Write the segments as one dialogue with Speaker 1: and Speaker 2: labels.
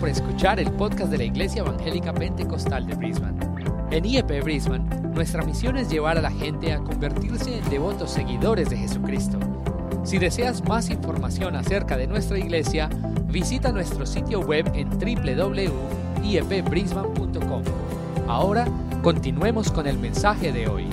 Speaker 1: por escuchar el podcast de la Iglesia Evangélica Pentecostal de Brisbane. En IEP Brisbane, nuestra misión es llevar a la gente a convertirse en devotos seguidores de Jesucristo. Si deseas más información acerca de nuestra iglesia, visita nuestro sitio web en E www.iepbrisbane.com. Ahora, continuemos con el mensaje de hoy.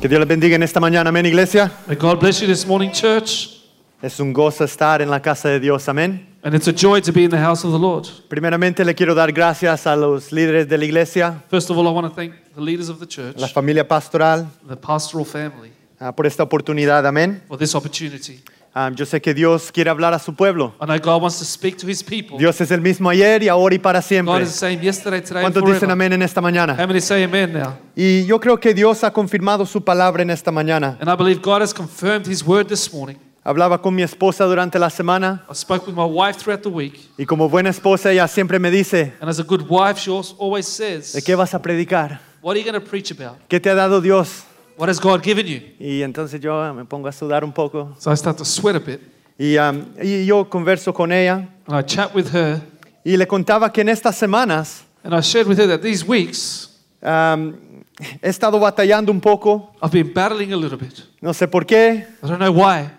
Speaker 2: Que Dios les bendiga en esta mañana, amén, iglesia.
Speaker 3: And God bless you this morning, church.
Speaker 2: Es un gozo estar en la casa de Dios, amén.
Speaker 3: And it's a joy to be in the house of the Lord.
Speaker 2: Primeramente le quiero dar gracias a los líderes de la iglesia,
Speaker 3: First of all, I want to thank the leaders of the church,
Speaker 2: la familia pastoral,
Speaker 3: the pastoral family,
Speaker 2: ah, por esta oportunidad, amén.
Speaker 3: for this opportunity.
Speaker 2: Ah, yo sé que Dios quiere hablar a su pueblo.
Speaker 3: I know God wants to speak to his people.
Speaker 2: Dios es el mismo ayer y ahora y para
Speaker 3: God
Speaker 2: siempre.
Speaker 3: is the same yesterday, today, and
Speaker 2: ¿Cuántos dicen
Speaker 3: forever.
Speaker 2: amén en esta
Speaker 3: How
Speaker 2: mañana?
Speaker 3: many say amen now?
Speaker 2: Y yo creo que Dios ha confirmado su palabra en esta mañana.
Speaker 3: And I believe God has confirmed his word this morning.
Speaker 2: Hablaba con mi esposa durante la semana
Speaker 3: I spoke with my wife throughout the week,
Speaker 2: y como buena esposa ella siempre me dice,
Speaker 3: and as a good wife, she als- always
Speaker 2: ¿de
Speaker 3: says,
Speaker 2: qué vas a predicar?
Speaker 3: What are you going to preach about?
Speaker 2: ¿Qué te ha dado Dios?
Speaker 3: What has God given you?
Speaker 2: Y entonces yo ah, me pongo a sudar un poco.
Speaker 3: So I start to sweat a bit,
Speaker 2: Y, um, y yo converso con ella
Speaker 3: and I chat with her,
Speaker 2: y le contaba que en estas semanas
Speaker 3: and I shared with her that these weeks,
Speaker 2: um, he estado batallando un poco,
Speaker 3: I've been battling a little bit.
Speaker 2: no sé por qué,
Speaker 3: I don't know why,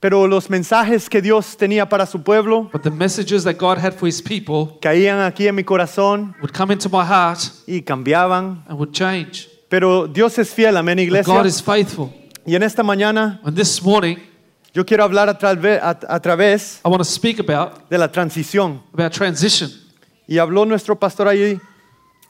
Speaker 2: pero los mensajes que Dios tenía para su pueblo
Speaker 3: but the messages that God had for his people
Speaker 2: caían aquí en mi corazón
Speaker 3: would come into my heart
Speaker 2: y cambiaban.
Speaker 3: and would change.
Speaker 2: Pero Dios es fiel, amén,
Speaker 3: But
Speaker 2: iglesia.
Speaker 3: God is faithful.
Speaker 2: Y en esta mañana
Speaker 3: And this morning,
Speaker 2: yo quiero hablar a, trave- a- a través
Speaker 3: I want to speak about,
Speaker 2: de la transición.
Speaker 3: about transition.
Speaker 2: Y habló nuestro pastor allí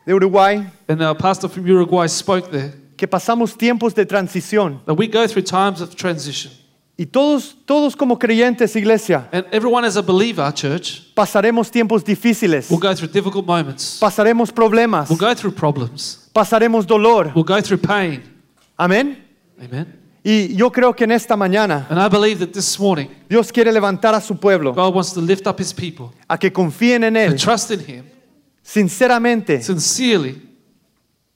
Speaker 2: de Uruguay
Speaker 3: And our pastor from Uruguay spoke there
Speaker 2: que pasamos tiempos de transición.
Speaker 3: that we go through times of transition.
Speaker 2: Y todos, todos como creyentes, iglesia,
Speaker 3: And everyone as a believer, church,
Speaker 2: Pasaremos tiempos difíciles.
Speaker 3: will go through difficult moments.
Speaker 2: Pasaremos problemas.
Speaker 3: We'll go through problems.
Speaker 2: Pasaremos dolor.
Speaker 3: We'll go through pain.
Speaker 2: Amén.
Speaker 3: Amen.
Speaker 2: Y yo creo que en esta mañana
Speaker 3: And I believe that this morning,
Speaker 2: Dios quiere levantar a su pueblo
Speaker 3: God wants to lift up his people
Speaker 2: a que confíen en
Speaker 3: and
Speaker 2: Él
Speaker 3: trust in him
Speaker 2: sinceramente.
Speaker 3: sincerely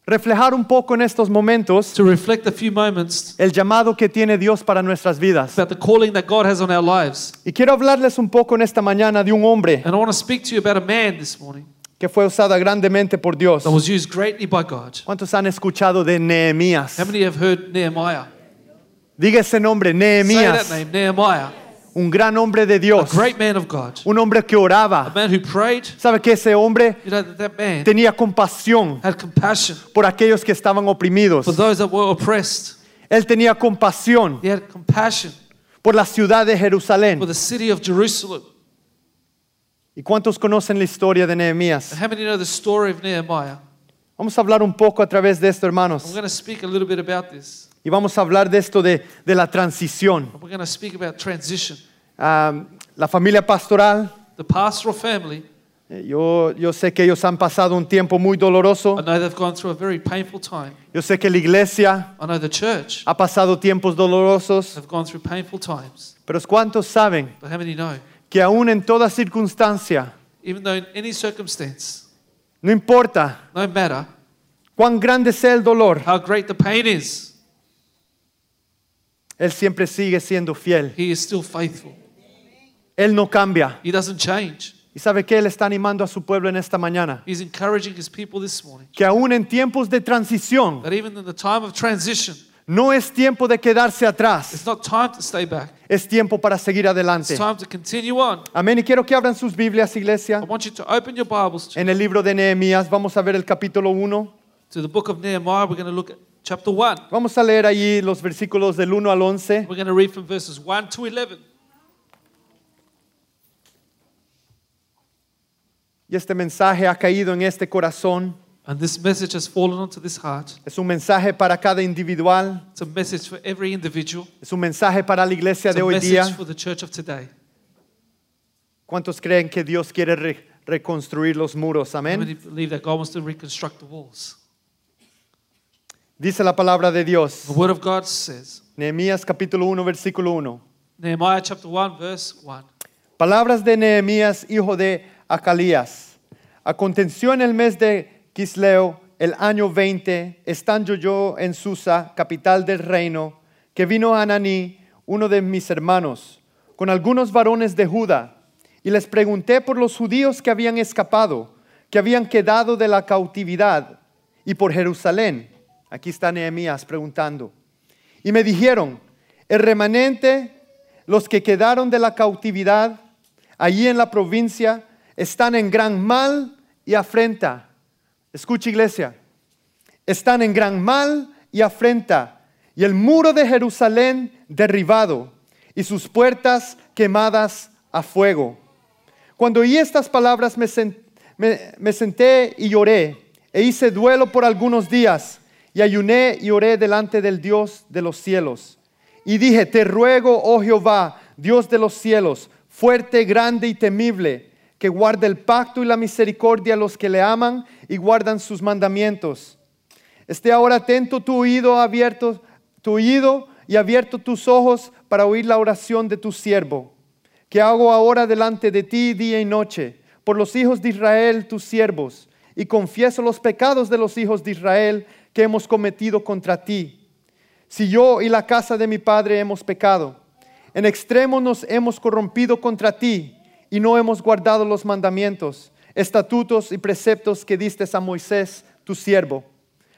Speaker 2: Reflejar un poco en estos momentos
Speaker 3: to reflect a few moments
Speaker 2: el llamado que tiene Dios para nuestras vidas.
Speaker 3: about the calling that God has on our lives.
Speaker 2: Y quiero hablarles un poco en esta mañana de un hombre
Speaker 3: And I want to speak to you about a man this morning
Speaker 2: que fue usada grandemente por Dios.
Speaker 3: that was used greatly by God.
Speaker 2: ¿Cuántos han escuchado de Nehemías?
Speaker 3: How many have heard Nehemiah?
Speaker 2: Diga ese nombre,
Speaker 3: Say that
Speaker 2: Nehemías,
Speaker 3: name, Nehemiah,
Speaker 2: un gran hombre de
Speaker 3: a
Speaker 2: Dios,
Speaker 3: great man of God,
Speaker 2: un hombre que
Speaker 3: a
Speaker 2: oraba.
Speaker 3: man who prayed.
Speaker 2: ¿Sabe que ese hombre
Speaker 3: You know that that man
Speaker 2: tenía compasión
Speaker 3: had compassion
Speaker 2: por aquellos que estaban oprimidos.
Speaker 3: for those that were oppressed.
Speaker 2: Él tenía compasión
Speaker 3: He had compassion
Speaker 2: por la ciudad de
Speaker 3: for
Speaker 2: Jerusalén.
Speaker 3: the city of Jerusalem.
Speaker 2: ¿Y cuántos conocen la historia de Nehemías?
Speaker 3: How many know the story of Nehemiah?
Speaker 2: Vamos a hablar un poco a través de esto,
Speaker 3: I'm
Speaker 2: hermanos.
Speaker 3: going to speak a little bit about this.
Speaker 2: Y vamos a hablar de esto de, de la transición.
Speaker 3: We're going to speak about transition.
Speaker 2: Ah, la familia pastoral,
Speaker 3: The pastoral family,
Speaker 2: eh, yo, yo sé que ellos han pasado un tiempo muy doloroso.
Speaker 3: I know they've gone through a very painful time.
Speaker 2: Yo sé que la iglesia
Speaker 3: I know the church
Speaker 2: ha pasado tiempos dolorosos.
Speaker 3: have gone through painful times.
Speaker 2: Pero ¿cuántos saben
Speaker 3: But how many know?
Speaker 2: que aún en toda circunstancia,
Speaker 3: Even though in any circumstance,
Speaker 2: no importa
Speaker 3: no matter
Speaker 2: cuán grande sea el dolor,
Speaker 3: how great the pain is,
Speaker 2: Él siempre sigue siendo fiel.
Speaker 3: He is still faithful.
Speaker 2: Él no cambia.
Speaker 3: He doesn't change.
Speaker 2: Y sabe que Él está animando a su pueblo en esta mañana.
Speaker 3: He's encouraging His people this morning
Speaker 2: Que aún en tiempos de transición,
Speaker 3: that even in the time of transition,
Speaker 2: no es tiempo de quedarse atrás.
Speaker 3: it's not time to stay back.
Speaker 2: Es tiempo para seguir adelante.
Speaker 3: It's time to continue on.
Speaker 2: Amén. Y quiero que abran sus Biblias, iglesia.
Speaker 3: I want you to open your Bibles to,
Speaker 2: En el libro de Nehemías, vamos a ver el capítulo 1.
Speaker 3: to the book of Nehemiah. We're going to look at chapter 1.
Speaker 2: Vamos a leer allí los versículos del 1 al 11.
Speaker 3: We're going to read from verses 1 to 11.
Speaker 2: Y este mensaje ha caído en este corazón.
Speaker 3: And this message has fallen onto this heart.
Speaker 2: Es un mensaje para cada individual.
Speaker 3: It's a message for every individual.
Speaker 2: Es un mensaje para la iglesia
Speaker 3: It's
Speaker 2: de
Speaker 3: a
Speaker 2: hoy
Speaker 3: message
Speaker 2: día.
Speaker 3: for the church of today.
Speaker 2: ¿Cuántos creen que Dios quiere re- reconstruir los muros?
Speaker 3: How
Speaker 2: Amén.
Speaker 3: many believe that God wants to reconstruct the walls?
Speaker 2: Dice la palabra de Dios.
Speaker 3: The Word of God says,
Speaker 2: Nehemías capítulo 1, versículo 1.
Speaker 3: Nehemiah chapter 1, verse 1.
Speaker 2: Palabras de Nehemías, hijo de Acalías. Aconteció en el mes de Quisleo, el año 20, estando yo en Susa, capital del reino, que vino Ananí, uno de mis hermanos, con algunos varones de Judá, y les pregunté por los judíos que habían escapado, que habían quedado de la cautividad, y por Jerusalén. Aquí está Nehemías preguntando. Y me dijeron, el remanente, los que quedaron de la cautividad, allí en la provincia, están en gran mal y afrenta. Escucha iglesia, están en gran mal y afrenta, y el muro de Jerusalén derribado, y sus puertas quemadas a fuego. Cuando oí estas palabras me, sen- me- me senté y lloré, e hice duelo por algunos días, y ayuné y oré delante del Dios de los cielos. Y dije, te ruego, oh Jehová, Dios de los cielos, fuerte, grande y temible, que guarde el pacto y la misericordia a los que le aman y guardan sus mandamientos. Esté ahora atento tu oído abierto, tu oído y abierto tus ojos para oír la oración de tu siervo, que hago ahora delante de ti día y noche, por los hijos de Israel, tus siervos, y confieso los pecados de los hijos de Israel que hemos cometido contra ti. Si yo y la casa de mi padre hemos pecado, en extremo nos hemos corrompido contra ti y no hemos guardado los mandamientos, estatutos y preceptos que diste a Moisés, tu siervo.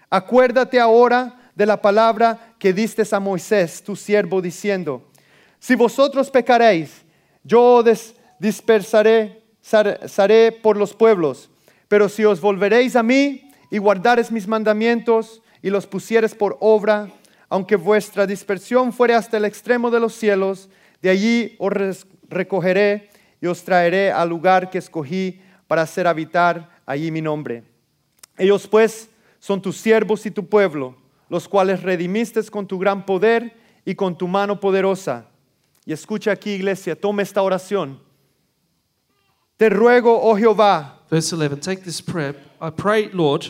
Speaker 2: Acuérdate ahora de la palabra que diste a Moisés, tu siervo, diciendo, si vosotros pecaréis, yo des- dispersaré sar- saré por los pueblos, pero si os volveréis a mí y guardares mis mandamientos y los pusieres por obra, aunque vuestra dispersión fuere hasta el extremo de los cielos, de allí os res- recogeré y os traeré al lugar que escogí para hacer habitar allí mi nombre. Ellos pues son tus siervos y tu pueblo, los cuales redimiste con tu gran poder y con tu mano poderosa. Y escucha aquí, iglesia, toma esta oración. Te ruego, oh Jehová,
Speaker 3: Verse 11 Take this prayer. I pray, Lord,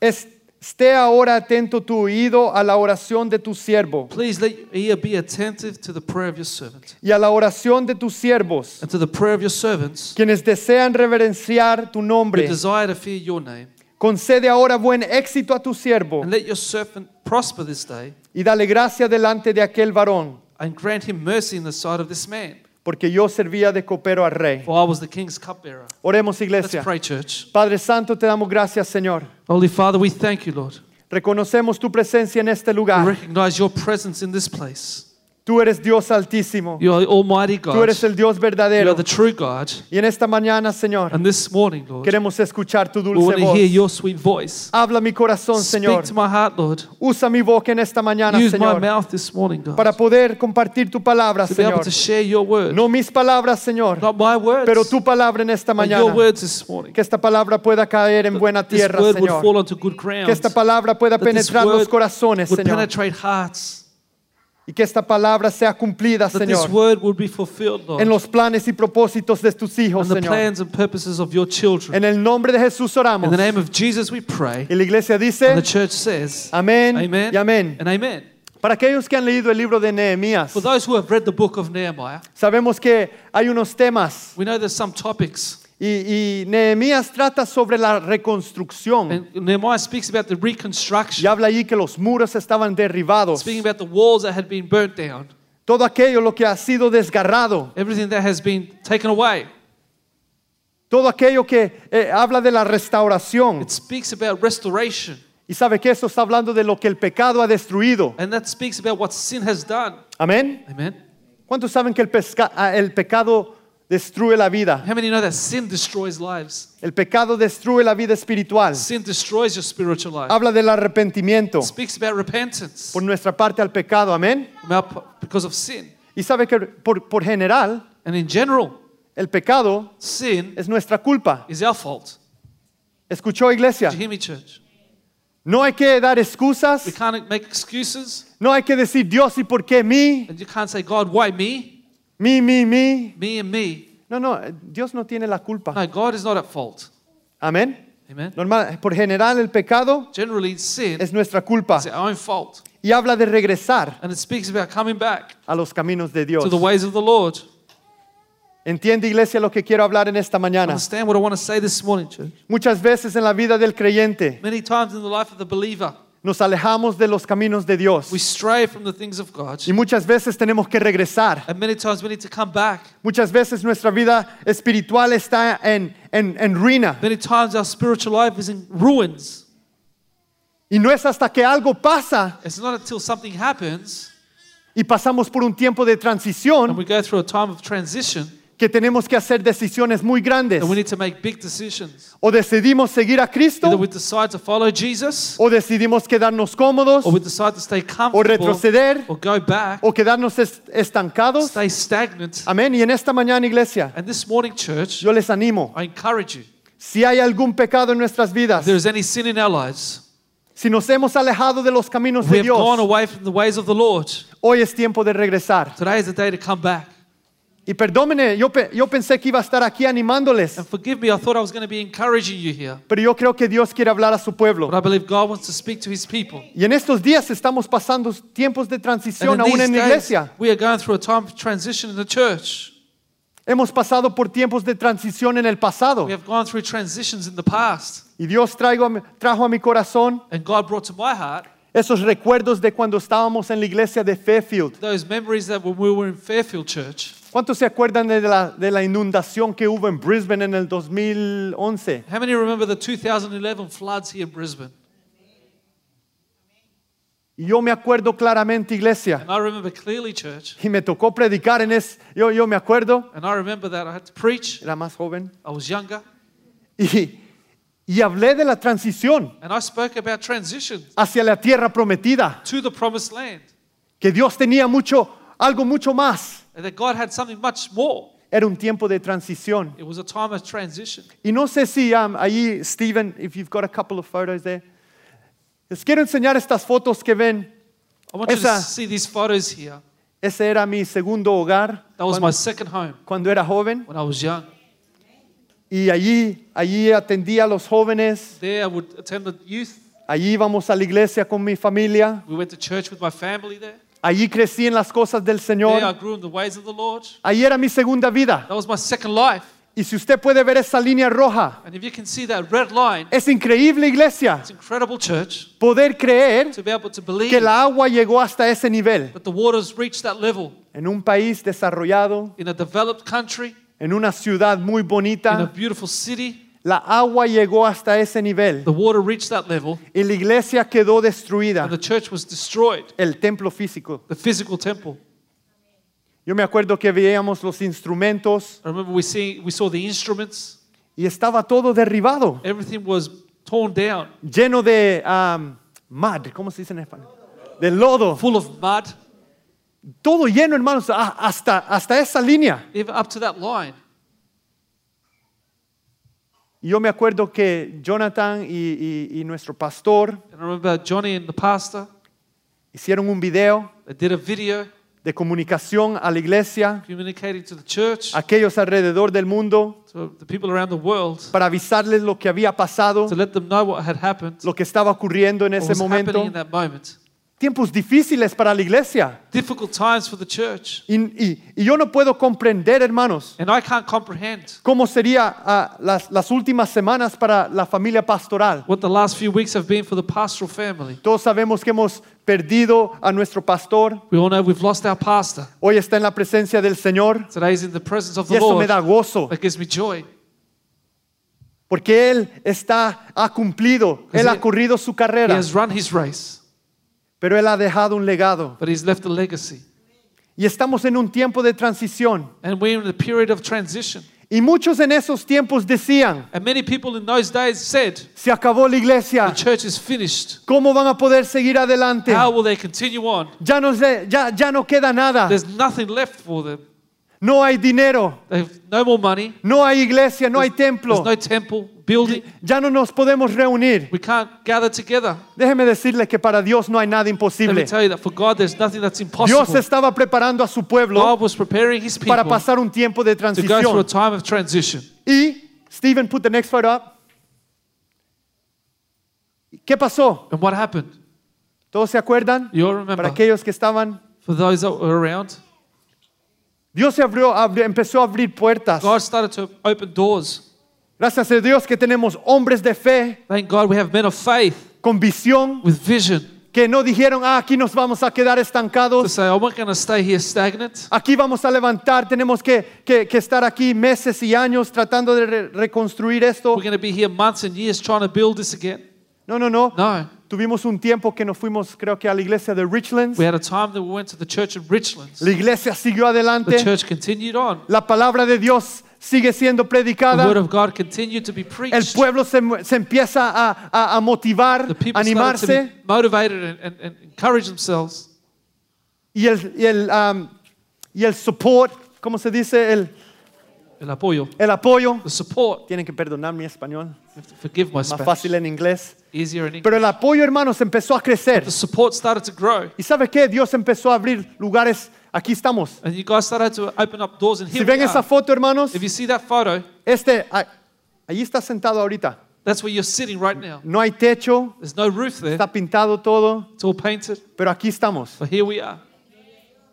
Speaker 2: es- esté ahora atento tu oído a la oración de tu siervo
Speaker 3: please let your ear be attentive to the prayer of your servant
Speaker 2: y a la oración de tus siervos,
Speaker 3: and to the prayer of your servants
Speaker 2: quienes desean reverenciar tu
Speaker 3: who
Speaker 2: nombre.
Speaker 3: desire to fear your name.
Speaker 2: Concede ahora buen éxito a tu siervo
Speaker 3: And let your servant prosper this day
Speaker 2: y dale gracia delante de aquel varón,
Speaker 3: and grant him mercy in the sight of this man.
Speaker 2: porque yo servía de copero al rey.
Speaker 3: For I was the king's cupbearer.
Speaker 2: Oremos,
Speaker 3: Let's
Speaker 2: iglesia.
Speaker 3: pray, church.
Speaker 2: Padre Santo, te damos gracias, Señor.
Speaker 3: Holy Father, we thank you, Lord.
Speaker 2: Reconocemos tu presencia en este
Speaker 3: We
Speaker 2: lugar.
Speaker 3: recognize your presence in this place.
Speaker 2: Tú eres Dios altísimo.
Speaker 3: You are the Almighty God.
Speaker 2: Tú eres el Dios
Speaker 3: You are
Speaker 2: verdadero.
Speaker 3: the true God.
Speaker 2: Y en esta mañana, Señor,
Speaker 3: And this morning, Lord,
Speaker 2: queremos escuchar tu
Speaker 3: we want
Speaker 2: dulce
Speaker 3: to hear
Speaker 2: voz.
Speaker 3: your sweet voice.
Speaker 2: Habla mi corazón,
Speaker 3: Speak
Speaker 2: Señor.
Speaker 3: to my heart, Lord.
Speaker 2: Usa mi boca en esta mañana,
Speaker 3: Use my
Speaker 2: Señor,
Speaker 3: mouth this morning, God,
Speaker 2: para poder compartir tu palabra,
Speaker 3: to be able
Speaker 2: Señor.
Speaker 3: to share your word.
Speaker 2: No mis palabras, Señor,
Speaker 3: Not my words,
Speaker 2: pero tu palabra en esta
Speaker 3: but
Speaker 2: mañana.
Speaker 3: your words this morning.
Speaker 2: Que esta palabra pueda caer en buena
Speaker 3: This
Speaker 2: tierra,
Speaker 3: word would
Speaker 2: Señor.
Speaker 3: fall onto good ground.
Speaker 2: Que esta palabra pueda
Speaker 3: That this
Speaker 2: penetrar los
Speaker 3: word
Speaker 2: corazones,
Speaker 3: would
Speaker 2: Señor.
Speaker 3: penetrate hearts.
Speaker 2: Y que esta palabra sea cumplida,
Speaker 3: That this
Speaker 2: Señor.
Speaker 3: word would be fulfilled, Lord.
Speaker 2: en los planes y propósitos de tus hijos,
Speaker 3: and the
Speaker 2: Señor.
Speaker 3: plans and purposes of your children.
Speaker 2: En el nombre de Jesús
Speaker 3: In
Speaker 2: oramos.
Speaker 3: the name of Jesus, we pray.
Speaker 2: Y la iglesia
Speaker 3: And the
Speaker 2: dice,
Speaker 3: church says,
Speaker 2: amén
Speaker 3: Amen.
Speaker 2: y amén.
Speaker 3: And amen.
Speaker 2: Para aquellos que han leído el libro de Nehemías,
Speaker 3: For those who have read the book of Nehemiah,
Speaker 2: sabemos que hay unos temas
Speaker 3: we know there's some topics.
Speaker 2: y, y Nehemías trata sobre la reconstrucción.
Speaker 3: And Nehemiah speaks about the
Speaker 2: Y
Speaker 3: reconstruction,
Speaker 2: habla allí que los muros estaban derribados.
Speaker 3: speaking about the walls that had been burnt down,
Speaker 2: Todo aquello lo que ha sido desgarrado.
Speaker 3: everything that has been taken away.
Speaker 2: Todo aquello que eh, habla de la restauración.
Speaker 3: It speaks about restoration,
Speaker 2: Y sabe que esto está hablando de lo que el pecado ha destruido.
Speaker 3: and that speaks about what sin has done.
Speaker 2: Amén.
Speaker 3: Amen.
Speaker 2: ¿Cuántos saben que el, pesca- ah, el pecado destruye la vida?
Speaker 3: How many know that sin destroys lives?
Speaker 2: El pecado destruye la vida espiritual.
Speaker 3: Sin destroys your spiritual life.
Speaker 2: Habla del arrepentimiento
Speaker 3: It speaks about repentance
Speaker 2: por nuestra parte al pecado, amén.
Speaker 3: about- because of sin.
Speaker 2: Y sabe que por, por general
Speaker 3: And in general,
Speaker 2: el pecado
Speaker 3: sin
Speaker 2: es nuestra culpa.
Speaker 3: is our fault.
Speaker 2: ¿Escuchó iglesia?
Speaker 3: Did you hear me, church?
Speaker 2: No hay que dar
Speaker 3: We
Speaker 2: excusas,
Speaker 3: can't make excuses,
Speaker 2: no hay que decir Dios y por qué mí,
Speaker 3: and you can't say, God, why me?
Speaker 2: mí, mí, mí.
Speaker 3: Me and me.
Speaker 2: No, no, Dios no tiene la culpa.
Speaker 3: No, God is not at fault.
Speaker 2: Amén.
Speaker 3: Amen.
Speaker 2: Normal, por general el pecado
Speaker 3: Generally, sin
Speaker 2: es nuestra culpa.
Speaker 3: is our own fault.
Speaker 2: Y habla de regresar
Speaker 3: And it speaks about coming back
Speaker 2: a los caminos de Dios.
Speaker 3: to the ways of the Lord.
Speaker 2: Entiende iglesia lo que quiero hablar en esta mañana.
Speaker 3: Understand what I want to say this morning, church.
Speaker 2: Muchas veces en la vida del creyente
Speaker 3: Many times in the life of the believer,
Speaker 2: nos alejamos de los caminos de Dios.
Speaker 3: We stray from the things of God.
Speaker 2: Y muchas veces tenemos que regresar.
Speaker 3: And many times we need to come back.
Speaker 2: Muchas veces nuestra vida espiritual está en, en, en ruina.
Speaker 3: Many times our spiritual life is in ruins.
Speaker 2: Y no es hasta que algo pasa
Speaker 3: It's not until something happens
Speaker 2: y pasamos por un tiempo de
Speaker 3: and
Speaker 2: transición
Speaker 3: we go through a time of transition
Speaker 2: que tenemos que hacer decisiones muy grandes.
Speaker 3: that we need to make big decisions.
Speaker 2: O decidimos seguir a
Speaker 3: Either
Speaker 2: Cristo,
Speaker 3: we decide to follow Jesus
Speaker 2: o decidimos quedarnos cómodos,
Speaker 3: or we decide to stay
Speaker 2: o
Speaker 3: comfortable
Speaker 2: retroceder,
Speaker 3: or go back,
Speaker 2: o quedarnos es- estancados.
Speaker 3: stay stagnant.
Speaker 2: Amén. Y en esta mañana, iglesia,
Speaker 3: And this morning, church,
Speaker 2: yo les animo,
Speaker 3: I encourage you.
Speaker 2: si hay algún pecado en nuestras vidas,
Speaker 3: If there is any sin in our lives,
Speaker 2: si nos hemos alejado de los caminos
Speaker 3: we
Speaker 2: de
Speaker 3: have gone
Speaker 2: Dios,
Speaker 3: away from the ways of the Lord.
Speaker 2: hoy es tiempo de regresar.
Speaker 3: Today is the day to come back.
Speaker 2: Y perdómenme, yo, pe- yo pensé que iba a estar aquí animándoles,
Speaker 3: And forgive me, I thought I was going to be encouraging you here.
Speaker 2: pero yo creo que Dios quiere hablar a su
Speaker 3: But
Speaker 2: pueblo.
Speaker 3: I believe God wants to speak to his people.
Speaker 2: Y en estos días estamos pasando tiempos de
Speaker 3: And
Speaker 2: transición
Speaker 3: in
Speaker 2: aún
Speaker 3: these
Speaker 2: en la
Speaker 3: days,
Speaker 2: iglesia.
Speaker 3: we are going through a time of transition in the church.
Speaker 2: Hemos pasado por tiempos de transición en el pasado.
Speaker 3: We have gone through transitions in the past.
Speaker 2: Y Dios traigo a mi- trajo a mi corazón
Speaker 3: And God brought to my heart
Speaker 2: esos recuerdos de cuando estábamos en la iglesia de Fairfield.
Speaker 3: those memories that when we were in Fairfield Church.
Speaker 2: ¿Cuántos se acuerdan de la, de la inundación que hubo en Brisbane en el 2011?
Speaker 3: How many remember the 2011 floods here in Brisbane?
Speaker 2: Y yo me acuerdo claramente, iglesia.
Speaker 3: And I remember clearly, church.
Speaker 2: Y me tocó predicar en es, yo, yo me acuerdo,
Speaker 3: And I remember that I had to preach.
Speaker 2: era más joven.
Speaker 3: I was younger.
Speaker 2: Y, y hablé de la transición
Speaker 3: And I spoke about transition
Speaker 2: hacia la tierra prometida,
Speaker 3: to the promised land.
Speaker 2: que Dios tenía mucho, algo mucho más.
Speaker 3: And that God had something much more.
Speaker 2: Era un tiempo de transición.
Speaker 3: It was a time of transition.
Speaker 2: Y no sé si um, ahí, Steven, if you've got a couple of photos there. Les quiero enseñar estas fotos que ven.
Speaker 3: I want you to
Speaker 2: Esa-
Speaker 3: see these photos here.
Speaker 2: Ese era mi segundo hogar
Speaker 3: That was
Speaker 2: cuando,
Speaker 3: my second home
Speaker 2: cuando era joven.
Speaker 3: when I was young.
Speaker 2: Y allí, allí atendía a los jóvenes.
Speaker 3: There I would attend the youth.
Speaker 2: Allí íbamos a la iglesia con mi familia.
Speaker 3: We went to church with my family there.
Speaker 2: Allí crecí en las cosas del
Speaker 3: There I
Speaker 2: Señor.
Speaker 3: grew in the ways of the Lord.
Speaker 2: Allí era mi segunda vida.
Speaker 3: That was my second life.
Speaker 2: Y si usted puede ver esa línea roja,
Speaker 3: And if you can see that red line,
Speaker 2: es increíble, iglesia,
Speaker 3: it's incredible, church,
Speaker 2: poder creer
Speaker 3: to be able to believe
Speaker 2: que la agua llegó hasta ese nivel.
Speaker 3: that the waters reached that level
Speaker 2: En un país desarrollado,
Speaker 3: in a developed country,
Speaker 2: en una ciudad muy
Speaker 3: in a
Speaker 2: bonita,
Speaker 3: beautiful city.
Speaker 2: la agua llegó hasta ese nivel.
Speaker 3: The water reached that level,
Speaker 2: Y la iglesia quedó
Speaker 3: and the
Speaker 2: destruida,
Speaker 3: church was destroyed,
Speaker 2: el templo físico.
Speaker 3: the physical temple.
Speaker 2: Yo me acuerdo que veíamos los instrumentos
Speaker 3: I remember we, see, we saw the instruments,
Speaker 2: y estaba todo derribado.
Speaker 3: everything was torn down,
Speaker 2: lleno de am, mud, ¿cómo se dice en español? De lodo.
Speaker 3: full of mud,
Speaker 2: Todo lleno, hermanos, a- hasta, hasta esa línea.
Speaker 3: even up to that line.
Speaker 2: Y yo me acuerdo que Jonathan y, y- y nuestro pastor
Speaker 3: And I remember Johnny and the pastor,
Speaker 2: hicieron un video
Speaker 3: they did a video
Speaker 2: de comunicación a la iglesia,
Speaker 3: communicating to the church,
Speaker 2: a aquellos alrededor del mundo,
Speaker 3: to the people around the world,
Speaker 2: para avisarles lo que había pasado,
Speaker 3: to let them know what had happened,
Speaker 2: lo que estaba ocurriendo en
Speaker 3: what
Speaker 2: ese
Speaker 3: was happening
Speaker 2: momento.
Speaker 3: in that moment.
Speaker 2: Tiempos difíciles para la iglesia.
Speaker 3: Difficult times for the church.
Speaker 2: Y, y- y yo no puedo comprender, hermanos,
Speaker 3: And I can't comprehend
Speaker 2: cómo serían las, las últimas semanas para la familia pastoral.
Speaker 3: what the last few weeks have been for the pastoral family.
Speaker 2: Todos sabemos que hemos perdido a nuestro pastor.
Speaker 3: We all know we've lost our pastor.
Speaker 2: Hoy está en la presencia del Señor.
Speaker 3: Today is in the presence of
Speaker 2: Y
Speaker 3: the
Speaker 2: eso me
Speaker 3: Lord.
Speaker 2: da gozo.
Speaker 3: That gives me joy.
Speaker 2: Porque Él está, ha cumplido, Él ha corrido su
Speaker 3: He
Speaker 2: carrera.
Speaker 3: has run his race,
Speaker 2: Pero Él ha dejado un legado.
Speaker 3: but he's left a legacy.
Speaker 2: Y estamos en un tiempo de transición.
Speaker 3: And we're in a period of transition.
Speaker 2: Y muchos en esos tiempos decían,
Speaker 3: And many people in those days said,
Speaker 2: se acabó la
Speaker 3: the
Speaker 2: iglesia.
Speaker 3: church is finished.
Speaker 2: ¿Cómo van a poder seguir adelante?
Speaker 3: How will they continue on?
Speaker 2: Ya no, sé- ya, ya no queda nada.
Speaker 3: There's nothing left for them.
Speaker 2: No hay dinero.
Speaker 3: They have no more money.
Speaker 2: No hay iglesia. No hay templo.
Speaker 3: There's pues no temple, building.
Speaker 2: Ya no nos podemos reunir.
Speaker 3: We can't gather together.
Speaker 2: Déjeme decirle que para Dios no hay nada
Speaker 3: Let me
Speaker 2: imposible.
Speaker 3: tell you that for God, there's nothing that's
Speaker 2: Dios
Speaker 3: impossible.
Speaker 2: estaba preparando a su pueblo
Speaker 3: God was preparing his
Speaker 2: para
Speaker 3: people
Speaker 2: pasar un tiempo de
Speaker 3: to go through a
Speaker 2: transición.
Speaker 3: time of transition.
Speaker 2: Y, Steven, put the next photo up. ¿Qué pasó?
Speaker 3: And what happened?
Speaker 2: ¿Todos se acuerdan?
Speaker 3: You all
Speaker 2: Para
Speaker 3: remember.
Speaker 2: aquellos que estaban,
Speaker 3: For those that were around,
Speaker 2: Dios se abrió, abrió- empezó a abrir puertas.
Speaker 3: God started to open doors.
Speaker 2: Gracias a Dios que tenemos hombres de fe
Speaker 3: Thank God we have men of faith
Speaker 2: con visión,
Speaker 3: with vision
Speaker 2: que no dijeron, ah, aquí nos vamos a quedar
Speaker 3: to
Speaker 2: estancados,
Speaker 3: say, I'm not going to stay here stagnant.
Speaker 2: aquí vamos a levantar, tenemos que, que- que estar aquí meses y años tratando de re- reconstruir esto.
Speaker 3: We're going to be here months and years trying to build this again.
Speaker 2: No, no, no.
Speaker 3: No.
Speaker 2: Tuvimos un tiempo que nos fuimos, creo que a la iglesia de Richlands.
Speaker 3: We had a time that we went to the church in Richlands.
Speaker 2: La iglesia siguió
Speaker 3: The
Speaker 2: adelante.
Speaker 3: church continued on.
Speaker 2: La palabra de Dios sigue siendo
Speaker 3: The word
Speaker 2: predicada.
Speaker 3: of God continued to be
Speaker 2: El
Speaker 3: preached.
Speaker 2: pueblo se, mu- se empieza a, a- a motivar,
Speaker 3: The people started to
Speaker 2: animarse.
Speaker 3: be motivated and, and, and encourage themselves.
Speaker 2: Y el, y el, um, y el support, ¿cómo se dice? El,
Speaker 3: El apoyo,
Speaker 2: el apoyo.
Speaker 3: the support.
Speaker 2: Tienen que perdonar mi español.
Speaker 3: You have to forgive my
Speaker 2: Más
Speaker 3: Spanish.
Speaker 2: fácil en inglés.
Speaker 3: Easier in English.
Speaker 2: Pero el apoyo, hermanos, empezó a crecer.
Speaker 3: The support started to grow.
Speaker 2: ¿Y sabe qué? Dios empezó a abrir lugares. Aquí estamos.
Speaker 3: And you guys started to open up doors and
Speaker 2: Si
Speaker 3: here
Speaker 2: ven
Speaker 3: we
Speaker 2: esa
Speaker 3: are.
Speaker 2: foto, hermanos,
Speaker 3: If you see that photo,
Speaker 2: este, a- allí está sentado ahorita.
Speaker 3: that's where you're sitting right now.
Speaker 2: No hay techo,
Speaker 3: There's no roof there.
Speaker 2: está pintado todo,
Speaker 3: It's all painted.
Speaker 2: pero aquí estamos.
Speaker 3: But here we are.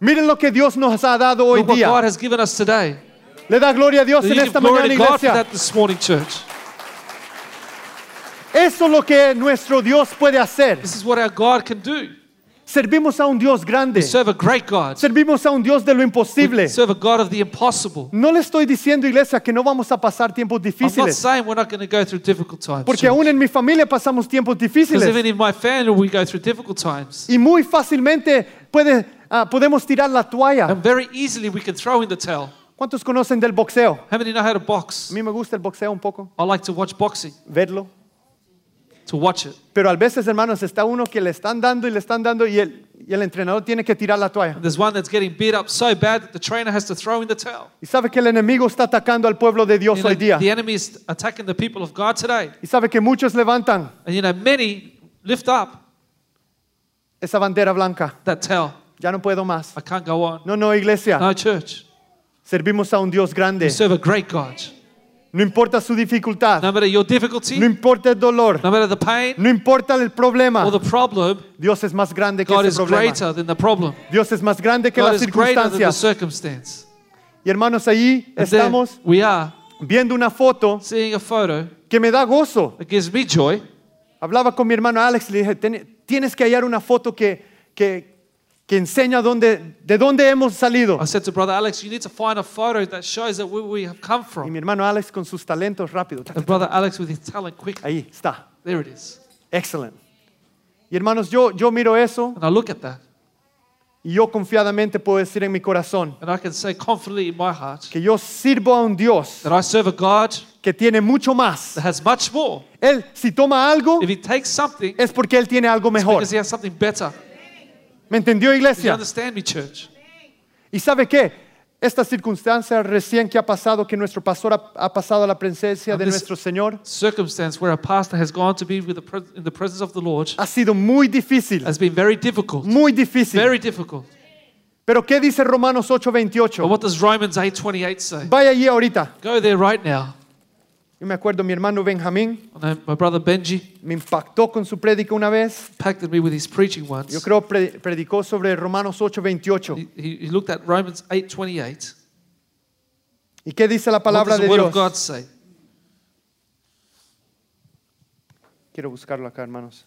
Speaker 2: Miren lo que Dios nos ha dado hoy
Speaker 3: Look what God
Speaker 2: día.
Speaker 3: has given us today.
Speaker 2: Le da gloria a Dios
Speaker 3: So
Speaker 2: en
Speaker 3: you give
Speaker 2: esta mañana,
Speaker 3: glory to God for
Speaker 2: iglesia.
Speaker 3: that this morning, church.
Speaker 2: Eso es lo que nuestro Dios puede hacer.
Speaker 3: This is what our God can do.
Speaker 2: Servimos a un Dios grande.
Speaker 3: Serve a great God.
Speaker 2: Servimos a un Dios de lo imposible.
Speaker 3: Serve a God of the impossible.
Speaker 2: No le estoy diciendo, iglesia, que no vamos a pasar tiempos
Speaker 3: I'm not
Speaker 2: difíciles.
Speaker 3: saying we're not going to go through difficult times.
Speaker 2: Porque aún en mi familia pasamos tiempos
Speaker 3: Because
Speaker 2: difíciles.
Speaker 3: even in my family, we go through difficult times.
Speaker 2: Y muy fácilmente puede- ah, podemos tirar la toalla.
Speaker 3: And very easily, we can throw in the towel.
Speaker 2: ¿Cuántos conocen del boxeo?
Speaker 3: How many know how to
Speaker 2: A
Speaker 3: box?
Speaker 2: mí me gusta el boxeo un poco,
Speaker 3: I like to watch boxing,
Speaker 2: verlo.
Speaker 3: to watch it.
Speaker 2: Pero a veces, hermanos, está uno que le están dando y le están dando y el, y el entrenador tiene que tirar la toalla.
Speaker 3: And there's one that's getting beat up so bad that the trainer has to throw in the towel.
Speaker 2: Y sabe que el enemigo está atacando al pueblo de Dios
Speaker 3: You know,
Speaker 2: hoy día.
Speaker 3: the enemy is attacking the people of God today.
Speaker 2: Y sabe que muchos levantan
Speaker 3: And you know, many lift up
Speaker 2: esa bandera blanca.
Speaker 3: that towel.
Speaker 2: Ya no puedo más.
Speaker 3: I can't go on.
Speaker 2: No, no, iglesia.
Speaker 3: No, church.
Speaker 2: Servimos a un Dios
Speaker 3: We
Speaker 2: grande.
Speaker 3: serve a great God.
Speaker 2: No importa su dificultad.
Speaker 3: No matter your difficulty,
Speaker 2: No importa el dolor.
Speaker 3: no matter the pain
Speaker 2: No importa el problema.
Speaker 3: or the problem,
Speaker 2: Dios es más grande que
Speaker 3: God
Speaker 2: ese
Speaker 3: is
Speaker 2: problema.
Speaker 3: greater than the problem.
Speaker 2: Dios es más grande que
Speaker 3: God
Speaker 2: las
Speaker 3: is greater than the
Speaker 2: circunstancias.
Speaker 3: circumstance.
Speaker 2: Y hermanos, ahí
Speaker 3: And there
Speaker 2: estamos
Speaker 3: we are
Speaker 2: viendo una foto
Speaker 3: seeing a photo
Speaker 2: que me da gozo.
Speaker 3: that gives me joy.
Speaker 2: Hablaba con mi hermano Alex y le dije, "Ten- tienes que hallar una foto que, que, que enseña dónde, de dónde hemos salido.
Speaker 3: I said to brother Alex, you need to find a photo that shows that where we have come
Speaker 2: Y
Speaker 3: from.
Speaker 2: mi hermano Alex con sus talentos rápido. ta, ta, ta,
Speaker 3: And brother Alex with his talent quick.
Speaker 2: Ahí está.
Speaker 3: There it is.
Speaker 2: Excellent. Y hermanos, yo, yo miro eso
Speaker 3: And I look at that
Speaker 2: y yo confiadamente puedo decir en mi corazón
Speaker 3: and I can say confidently in my heart
Speaker 2: que yo sirvo a un Dios
Speaker 3: that I serve a God
Speaker 2: que tiene mucho más.
Speaker 3: that has much more.
Speaker 2: Él, si toma algo,
Speaker 3: If he takes something,
Speaker 2: es porque Él tiene algo mejor.
Speaker 3: because he has something better.
Speaker 2: ¿Me entendió,
Speaker 3: Do you
Speaker 2: iglesia?
Speaker 3: understand me, church?
Speaker 2: ¿Y sabe qué? Esta circunstancia recién que ha pasado, que nuestro pastor ha, ha pasado a la presencia de
Speaker 3: This-
Speaker 2: nuestro Señor,
Speaker 3: Circumstance where a pastor has gone to be with the pres- in the presence of the Lord
Speaker 2: ha sido muy difícil,
Speaker 3: has been very difficult.
Speaker 2: muy difícil.
Speaker 3: Very difficult.
Speaker 2: Pero ¿qué dice Romanos
Speaker 3: But
Speaker 2: 8:28?
Speaker 3: what does Romans 8:28 say?
Speaker 2: Vaya allí ahorita.
Speaker 3: Go there right now.
Speaker 2: Yo me acuerdo, mi hermano Benjamín
Speaker 3: I know my brother Benji
Speaker 2: me impactó con su prédica una vez.
Speaker 3: impacted me with his preaching once.
Speaker 2: Yo creo pre- predicó sobre Romanos 8:28.
Speaker 3: He, he he looked at Romans 8:28.
Speaker 2: ¿Y qué dice la
Speaker 3: What
Speaker 2: palabra
Speaker 3: does
Speaker 2: de
Speaker 3: the word of God
Speaker 2: Dios?
Speaker 3: say?
Speaker 2: Quiero buscarlo acá, hermanos.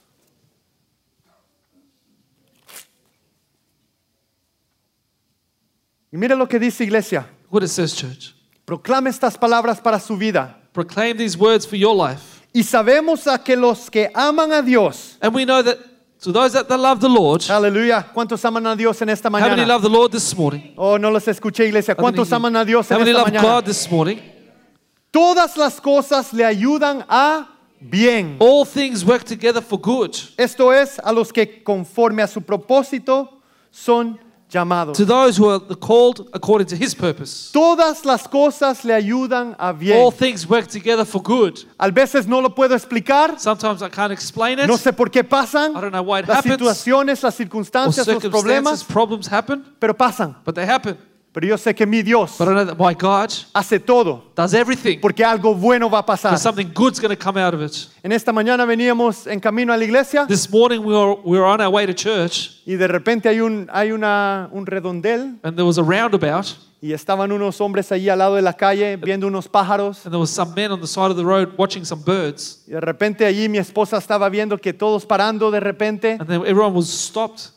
Speaker 2: Y mira lo que dice iglesia.
Speaker 3: What it says, church.
Speaker 2: Proclame estas palabras para su vida.
Speaker 3: Proclaim these words for your life.
Speaker 2: Y sabemos a que los que aman a Dios,
Speaker 3: And we know that to those that, that love the Lord, how
Speaker 2: aleluya, ¿cuántos aman a Dios en esta
Speaker 3: many
Speaker 2: mañana?
Speaker 3: love the Lord this morning?
Speaker 2: Oh, no los escuché, iglesia.
Speaker 3: How many-
Speaker 2: ¿Cuántos aman a Dios
Speaker 3: How
Speaker 2: en
Speaker 3: many
Speaker 2: esta
Speaker 3: love
Speaker 2: mañana?
Speaker 3: God this morning?
Speaker 2: Todas las cosas le ayudan a bien.
Speaker 3: All things work together for good
Speaker 2: Esto es a los que conforme a su propósito son llamados.
Speaker 3: to those who are the called according to His purpose.
Speaker 2: Todas las cosas le ayudan a bien.
Speaker 3: All things work together for good.
Speaker 2: A veces no lo puedo explicar,
Speaker 3: Sometimes I can't explain it.
Speaker 2: no sé por qué pasan
Speaker 3: I don't know why it
Speaker 2: las
Speaker 3: happens.
Speaker 2: situaciones, las
Speaker 3: Or
Speaker 2: circunstancias, los
Speaker 3: circumstances,
Speaker 2: problemas,
Speaker 3: problems happen,
Speaker 2: pero pasan.
Speaker 3: but they happen.
Speaker 2: Pero yo sé que mi Dios
Speaker 3: But I know that my God
Speaker 2: hace todo
Speaker 3: does everything.
Speaker 2: porque algo bueno va a pasar.
Speaker 3: And something good's going to come out of it.
Speaker 2: En esta mañana veníamos en camino a la iglesia
Speaker 3: This morning we were, we were on our way to church
Speaker 2: y de repente hay un, hay una, un redondel
Speaker 3: and there was a roundabout
Speaker 2: y estaban unos hombres allí al lado de la calle viendo unos pájaros.
Speaker 3: and there was some men on the side of the road watching some birds
Speaker 2: Y de repente allí mi esposa estaba viendo que todos parando de repente
Speaker 3: and then everyone was stopped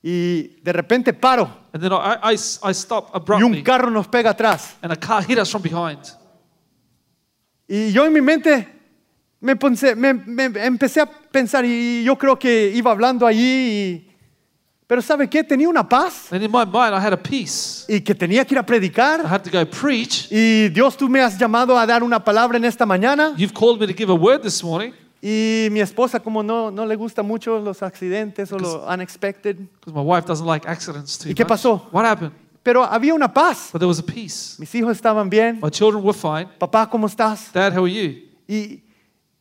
Speaker 2: y de repente paro
Speaker 3: and then I, I, I stopped
Speaker 2: y un
Speaker 3: abruptly
Speaker 2: carro nos pega atrás.
Speaker 3: and a car hit us from behind.
Speaker 2: Y yo en mi mente me, pensé- me- me empecé a pensar y yo creo que iba hablando allí, y- pero ¿sabe qué? Tenía una paz
Speaker 3: And in my mind I had a peace.
Speaker 2: y que tenía que ir a
Speaker 3: I
Speaker 2: predicar.
Speaker 3: had to go preach.
Speaker 2: Y Dios, tú me has llamado a dar una palabra en esta mañana.
Speaker 3: You've called me to give a word this morning
Speaker 2: Y mi esposa, como no, no le gusta mucho los accidentes o lo unexpected,
Speaker 3: because my wife doesn't like accidents too
Speaker 2: ¿Y qué
Speaker 3: much.
Speaker 2: pasó?
Speaker 3: What happened?
Speaker 2: pero había una paz.
Speaker 3: But there was a peace.
Speaker 2: Mis hijos estaban bien.
Speaker 3: My children were fine.
Speaker 2: Papá, ¿cómo estás?
Speaker 3: Dad, how are you?
Speaker 2: Y,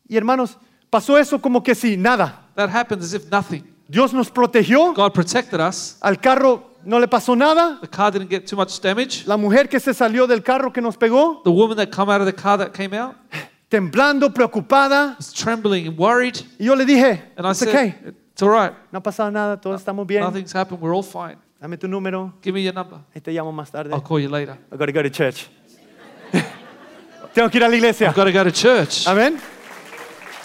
Speaker 2: y hermanos, pasó eso como que si nada.
Speaker 3: That happened as if nothing.
Speaker 2: Dios nos protegió.
Speaker 3: God protected us.
Speaker 2: Al carro no le pasó nada.
Speaker 3: The car didn't get too much damage.
Speaker 2: La mujer que se salió del carro que nos pegó,
Speaker 3: The woman that come out of the car that came out
Speaker 2: temblando, preocupada.
Speaker 3: was trembling and worried.
Speaker 2: Y yo le dije,
Speaker 3: And I
Speaker 2: "It's
Speaker 3: said,
Speaker 2: okay,
Speaker 3: It's all right.
Speaker 2: no ha pasado nada, todos estamos bien.
Speaker 3: Nothing's happened. We're all fine.
Speaker 2: Dame tu número,
Speaker 3: Give me your number.
Speaker 2: ahí te llamo más tarde.
Speaker 3: I'll call you later.
Speaker 2: I gotta go to church. Tengo que ir a la iglesia.
Speaker 3: I've got to go to church.
Speaker 2: Amén.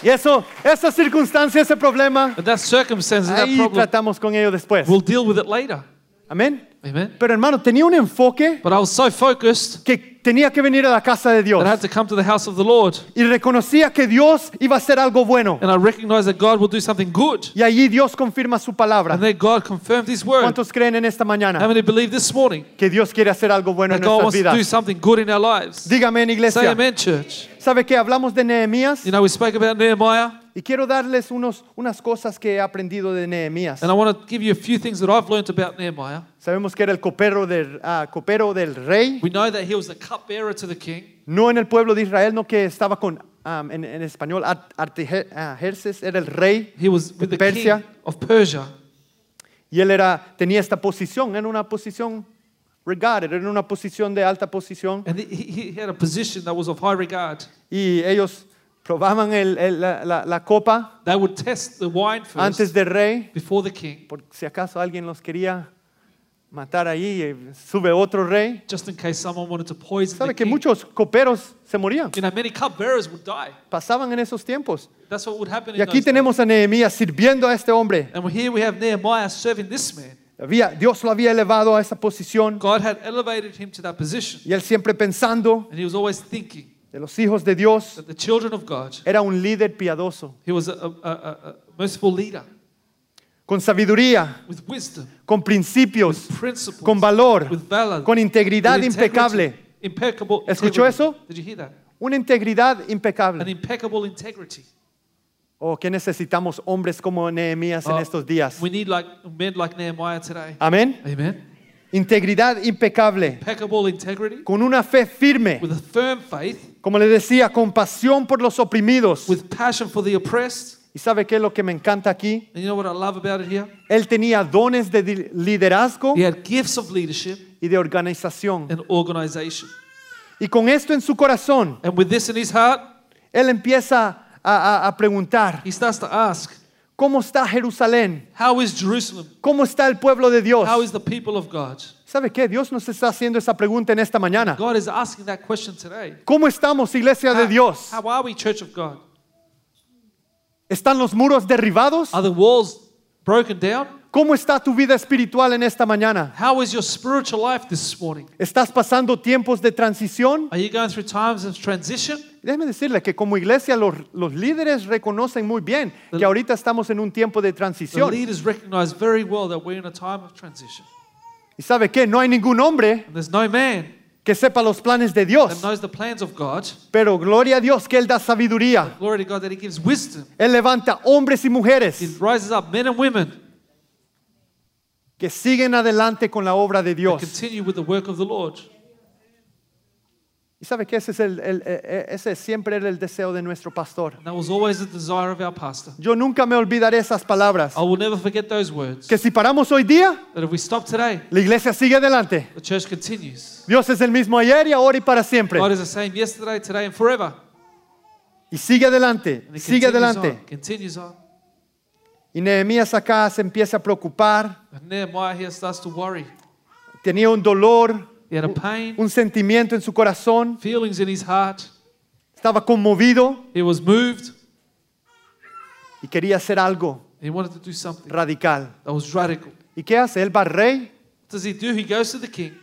Speaker 2: Y eso, esa circunstancia, ese problema,
Speaker 3: And that circumstance and that
Speaker 2: ahí
Speaker 3: problem,
Speaker 2: tratamos con ello después.
Speaker 3: we'll deal with it later.
Speaker 2: Amén.
Speaker 3: Amen.
Speaker 2: Pero hermano, tenía un enfoque
Speaker 3: But I was so focused
Speaker 2: que tenía que venir a la casa de Dios
Speaker 3: that I had to come to the house of the Lord.
Speaker 2: y reconocía que Dios iba a hacer algo bueno.
Speaker 3: And I recognized that God will do something good.
Speaker 2: Y allí Dios confirma su palabra.
Speaker 3: And then God confirmed His word.
Speaker 2: ¿Cuántos creen en esta
Speaker 3: How
Speaker 2: mañana
Speaker 3: many believe this morning
Speaker 2: que Dios quiere hacer algo bueno en
Speaker 3: that God
Speaker 2: nuestras
Speaker 3: wants to do
Speaker 2: vidas?
Speaker 3: something good in our lives?
Speaker 2: Dígame en
Speaker 3: Say
Speaker 2: iglesia.
Speaker 3: amen, church.
Speaker 2: ¿Sabe qué? Hablamos de Nehemías
Speaker 3: You know, we spoke about Nehemiah,
Speaker 2: y quiero darles unos, unas cosas que he aprendido de Nehemías.
Speaker 3: and I want to give you a few things that I've learned about Nehemiah.
Speaker 2: Sabemos que era el copero del, ah, copero del rey,
Speaker 3: We know that he was the cupbearer to the king.
Speaker 2: no en el pueblo de Israel, no que estaba con, ah, en, en español, Ar- Artaje- ah, Jerjes era el rey
Speaker 3: He was
Speaker 2: de
Speaker 3: with the king
Speaker 2: Persia
Speaker 3: of Persia.
Speaker 2: y él era, tenía esta posición, era una posición regarded, era una posición de alta posición
Speaker 3: And he, he he had a position that was of high regard.
Speaker 2: y ellos probaban el- el- la- la- la copa
Speaker 3: They would test the wine first
Speaker 2: antes del rey,
Speaker 3: before the king,
Speaker 2: por si acaso alguien los quería matar ahí, eh, sube otro rey.
Speaker 3: just in case someone wanted to poison the
Speaker 2: Sabe que
Speaker 3: king.
Speaker 2: muchos coperos se morían,
Speaker 3: You know, many cupbearers would die.
Speaker 2: pasaban en esos tiempos.
Speaker 3: That's what would happen
Speaker 2: Y
Speaker 3: in
Speaker 2: aquí
Speaker 3: those days.
Speaker 2: tenemos a Nehemías sirviendo a este hombre.
Speaker 3: And here we have Nehemiah serving this man.
Speaker 2: Había, Dios lo había elevado a esa posición
Speaker 3: God had elevated him to that position,
Speaker 2: y él siempre pensando
Speaker 3: and he was always thinking
Speaker 2: de los hijos de Dios.
Speaker 3: that the children of God,
Speaker 2: Era un líder piadoso,
Speaker 3: he was a, a, a, a merciful leader
Speaker 2: con sabiduría,
Speaker 3: with wisdom,
Speaker 2: con principios,
Speaker 3: with principles,
Speaker 2: con valor,
Speaker 3: with valor,
Speaker 2: con
Speaker 3: with
Speaker 2: integridad
Speaker 3: integrity,
Speaker 2: impecable.
Speaker 3: Impeccable.
Speaker 2: ¿Escuchó
Speaker 3: integrity.
Speaker 2: eso?
Speaker 3: Did you hear that?
Speaker 2: Una integridad
Speaker 3: An
Speaker 2: impecable.
Speaker 3: impeccable integrity.
Speaker 2: Oh, que necesitamos hombres como Nehemías en
Speaker 3: Uh,
Speaker 2: estos días.
Speaker 3: We need like men like Nehemiah today.
Speaker 2: Amén.
Speaker 3: Amen.
Speaker 2: Integridad impecable,
Speaker 3: Impeccable integrity
Speaker 2: con una fe firme,
Speaker 3: with a firm faith,
Speaker 2: como le decía, con pasión por los oprimidos.
Speaker 3: with passion for the oppressed.
Speaker 2: ¿Y sabe qué es lo que me encanta aquí?
Speaker 3: And you know what I love about it here?
Speaker 2: Él tenía dones de di- liderazgo
Speaker 3: He had gifts of leadership
Speaker 2: y de organización.
Speaker 3: and organization.
Speaker 2: Y con esto en su corazón,
Speaker 3: And with this in his heart,
Speaker 2: él empieza a, a- a preguntar,
Speaker 3: he starts to ask,
Speaker 2: ¿cómo está Jerusalén?
Speaker 3: How is Jerusalem?
Speaker 2: ¿Cómo está el pueblo de
Speaker 3: How
Speaker 2: Dios?
Speaker 3: is the people of God?
Speaker 2: ¿Sabe qué? Dios nos está haciendo esa pregunta en esta mañana.
Speaker 3: God is asking that question today.
Speaker 2: ¿Cómo estamos, iglesia
Speaker 3: Ah.
Speaker 2: de Dios?
Speaker 3: How are we, Church of God?
Speaker 2: ¿Están los muros derribados?
Speaker 3: Are the walls broken down?
Speaker 2: ¿Cómo está tu vida espiritual en esta mañana?
Speaker 3: How is your spiritual life this morning?
Speaker 2: ¿Estás pasando tiempos de transición?
Speaker 3: Are you going through times of transition?
Speaker 2: Déjeme decirle que como iglesia los, los líderes reconocen muy bien que ahorita estamos en un tiempo de
Speaker 3: The
Speaker 2: transición.
Speaker 3: leaders recognize very well that we're in a time of transition.
Speaker 2: ¿Y sabe qué? No hay ningún hombre
Speaker 3: And there's no man
Speaker 2: que sepa los planes de
Speaker 3: that
Speaker 2: Dios,
Speaker 3: knows the plans of God.
Speaker 2: pero gloria a Dios que Él da sabiduría.
Speaker 3: Glory to God that He gives wisdom.
Speaker 2: Él levanta hombres y
Speaker 3: He
Speaker 2: mujeres
Speaker 3: rises up men and women
Speaker 2: que siguen adelante con la obra de
Speaker 3: to
Speaker 2: Dios.
Speaker 3: continue with the work of the Lord.
Speaker 2: Y sabe que ese, es el- el- e- e- ese siempre era el deseo de nuestro pastor.
Speaker 3: And that was always the desire of our pastor.
Speaker 2: Yo nunca me olvidaré esas palabras.
Speaker 3: I will never forget those words.
Speaker 2: Que si paramos hoy día,
Speaker 3: That if we stop today,
Speaker 2: la iglesia sigue adelante.
Speaker 3: the church continues.
Speaker 2: Dios es el mismo ayer y ahora y para siempre.
Speaker 3: God is the same yesterday, today, and forever.
Speaker 2: Y sigue adelante,
Speaker 3: And it
Speaker 2: sigue
Speaker 3: continues
Speaker 2: adelante.
Speaker 3: on, continues on.
Speaker 2: Y Nehemías acá se empieza a preocupar.
Speaker 3: And Nehemiah here starts to worry.
Speaker 2: Tenía un dolor,
Speaker 3: He had a pain,
Speaker 2: un sentimiento en su corazón.
Speaker 3: feelings in his heart.
Speaker 2: Estaba conmovido
Speaker 3: He was moved.
Speaker 2: y quería hacer algo
Speaker 3: He wanted to do something
Speaker 2: radical.
Speaker 3: that was radical. What
Speaker 2: ¿Y qué hace? Él va al rey.
Speaker 3: does he do? He goes to the king.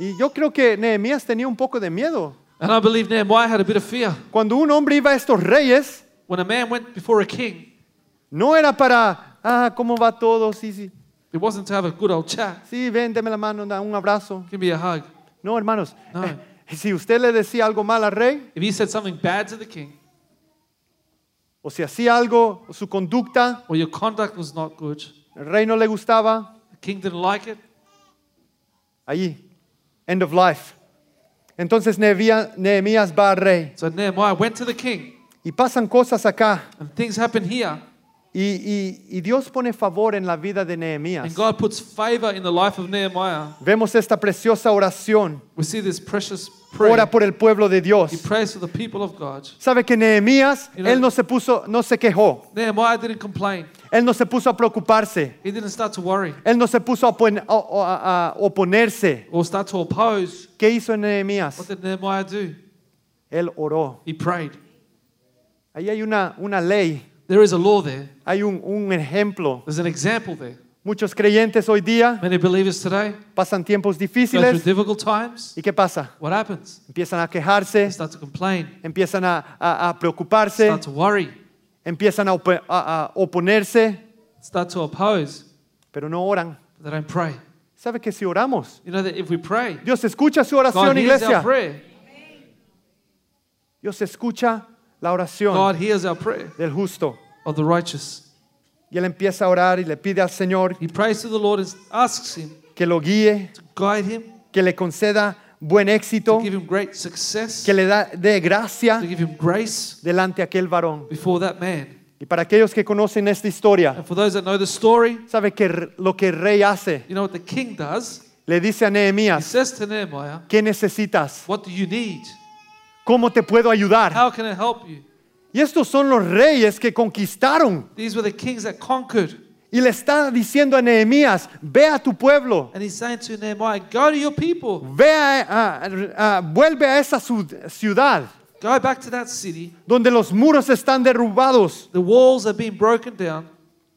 Speaker 2: Y yo creo que Nehemías tenía un poco de miedo.
Speaker 3: And I believe Nehemiah had a bit of fear.
Speaker 2: Cuando un hombre iba a estos reyes,
Speaker 3: When a man went before a king,
Speaker 2: no era para, ah, ¿cómo va todo? Sí, sí.
Speaker 3: it wasn't to have a good old chat.
Speaker 2: Sí, ven, deme la mano, da un abrazo.
Speaker 3: Give me a hug.
Speaker 2: No, hermanos.
Speaker 3: No.
Speaker 2: eh, si usted le decía algo mal al rey,
Speaker 3: If he said something bad to the king,
Speaker 2: o si hacía algo, o su conducta,
Speaker 3: or your conduct was not good,
Speaker 2: el rey no le gustaba,
Speaker 3: the king didn't like it,
Speaker 2: Allí, end of life. Entonces Nehemía- Nehemías va al rey
Speaker 3: so Nehemiah went to the king.
Speaker 2: y pasan cosas acá.
Speaker 3: And things happen here.
Speaker 2: Y, y- y Dios pone favor en la vida de Nehemías.
Speaker 3: And God puts favor in the life of Nehemiah.
Speaker 2: Vemos esta preciosa oración.
Speaker 3: We see this precious prayer.
Speaker 2: Ora por el pueblo de
Speaker 3: He
Speaker 2: Dios.
Speaker 3: prays for the people of God.
Speaker 2: Sabe que Nehemías,
Speaker 3: You know-
Speaker 2: él no se puso, no se quejó.
Speaker 3: Nehemiah didn't complain.
Speaker 2: Él no se puso a preocuparse.
Speaker 3: He didn't start to worry
Speaker 2: Él no se puso a, opon- a- a- a oponerse.
Speaker 3: or start to oppose.
Speaker 2: ¿Qué hizo Nehemías?
Speaker 3: What did Nehemiah do?
Speaker 2: Él oró.
Speaker 3: He prayed.
Speaker 2: Ahí hay una, una ley,
Speaker 3: There is a law there.
Speaker 2: hay un- un ejemplo.
Speaker 3: There's an example there.
Speaker 2: Muchos creyentes hoy día
Speaker 3: Many believers today
Speaker 2: pasan tiempos
Speaker 3: go through
Speaker 2: difíciles
Speaker 3: difficult times.
Speaker 2: ¿Y qué pasa?
Speaker 3: What happens?
Speaker 2: Empiezan a quejarse,
Speaker 3: They start to complain,
Speaker 2: empiezan a, a- a preocuparse,
Speaker 3: start to worry,
Speaker 2: empiezan a, op- a- a oponerse,
Speaker 3: start to oppose.
Speaker 2: pero no oran.
Speaker 3: They don't pray.
Speaker 2: ¿Sabe que si oramos,
Speaker 3: You know that if we pray,
Speaker 2: Dios escucha su
Speaker 3: God
Speaker 2: oración,
Speaker 3: hears our
Speaker 2: iglesia?
Speaker 3: prayer.
Speaker 2: Dios escucha la oración
Speaker 3: God hears our prayer
Speaker 2: del justo.
Speaker 3: of the righteous.
Speaker 2: Y él empieza a orar y le pide al Señor
Speaker 3: He prays to the Lord and asks Him
Speaker 2: que lo guíe,
Speaker 3: to guide him,
Speaker 2: que le conceda buen éxito,
Speaker 3: to give him great success,
Speaker 2: que le da, dé gracia
Speaker 3: to give him grace
Speaker 2: delante de aquel varón.
Speaker 3: before that man.
Speaker 2: Y para aquellos que conocen esta historia,
Speaker 3: And for those that know the story,
Speaker 2: sabe que r- lo que el rey hace,
Speaker 3: you know what the king does?
Speaker 2: le dice a
Speaker 3: He
Speaker 2: Nehemías,
Speaker 3: says to Nehemiah,
Speaker 2: ¿qué necesitas?
Speaker 3: What do you need?
Speaker 2: ¿Cómo te puedo ayudar?
Speaker 3: How can I help you?
Speaker 2: Y estos son los reyes que conquistaron.
Speaker 3: These were the kings that conquered.
Speaker 2: Y le está diciendo a Nehemías, ve a tu pueblo,
Speaker 3: And he's saying to Nehemiah, Go to your people,
Speaker 2: ve a- a- a- vuelve a esa su- ciudad
Speaker 3: go back to that city.
Speaker 2: donde los muros están derrubados,
Speaker 3: The walls are being broken down,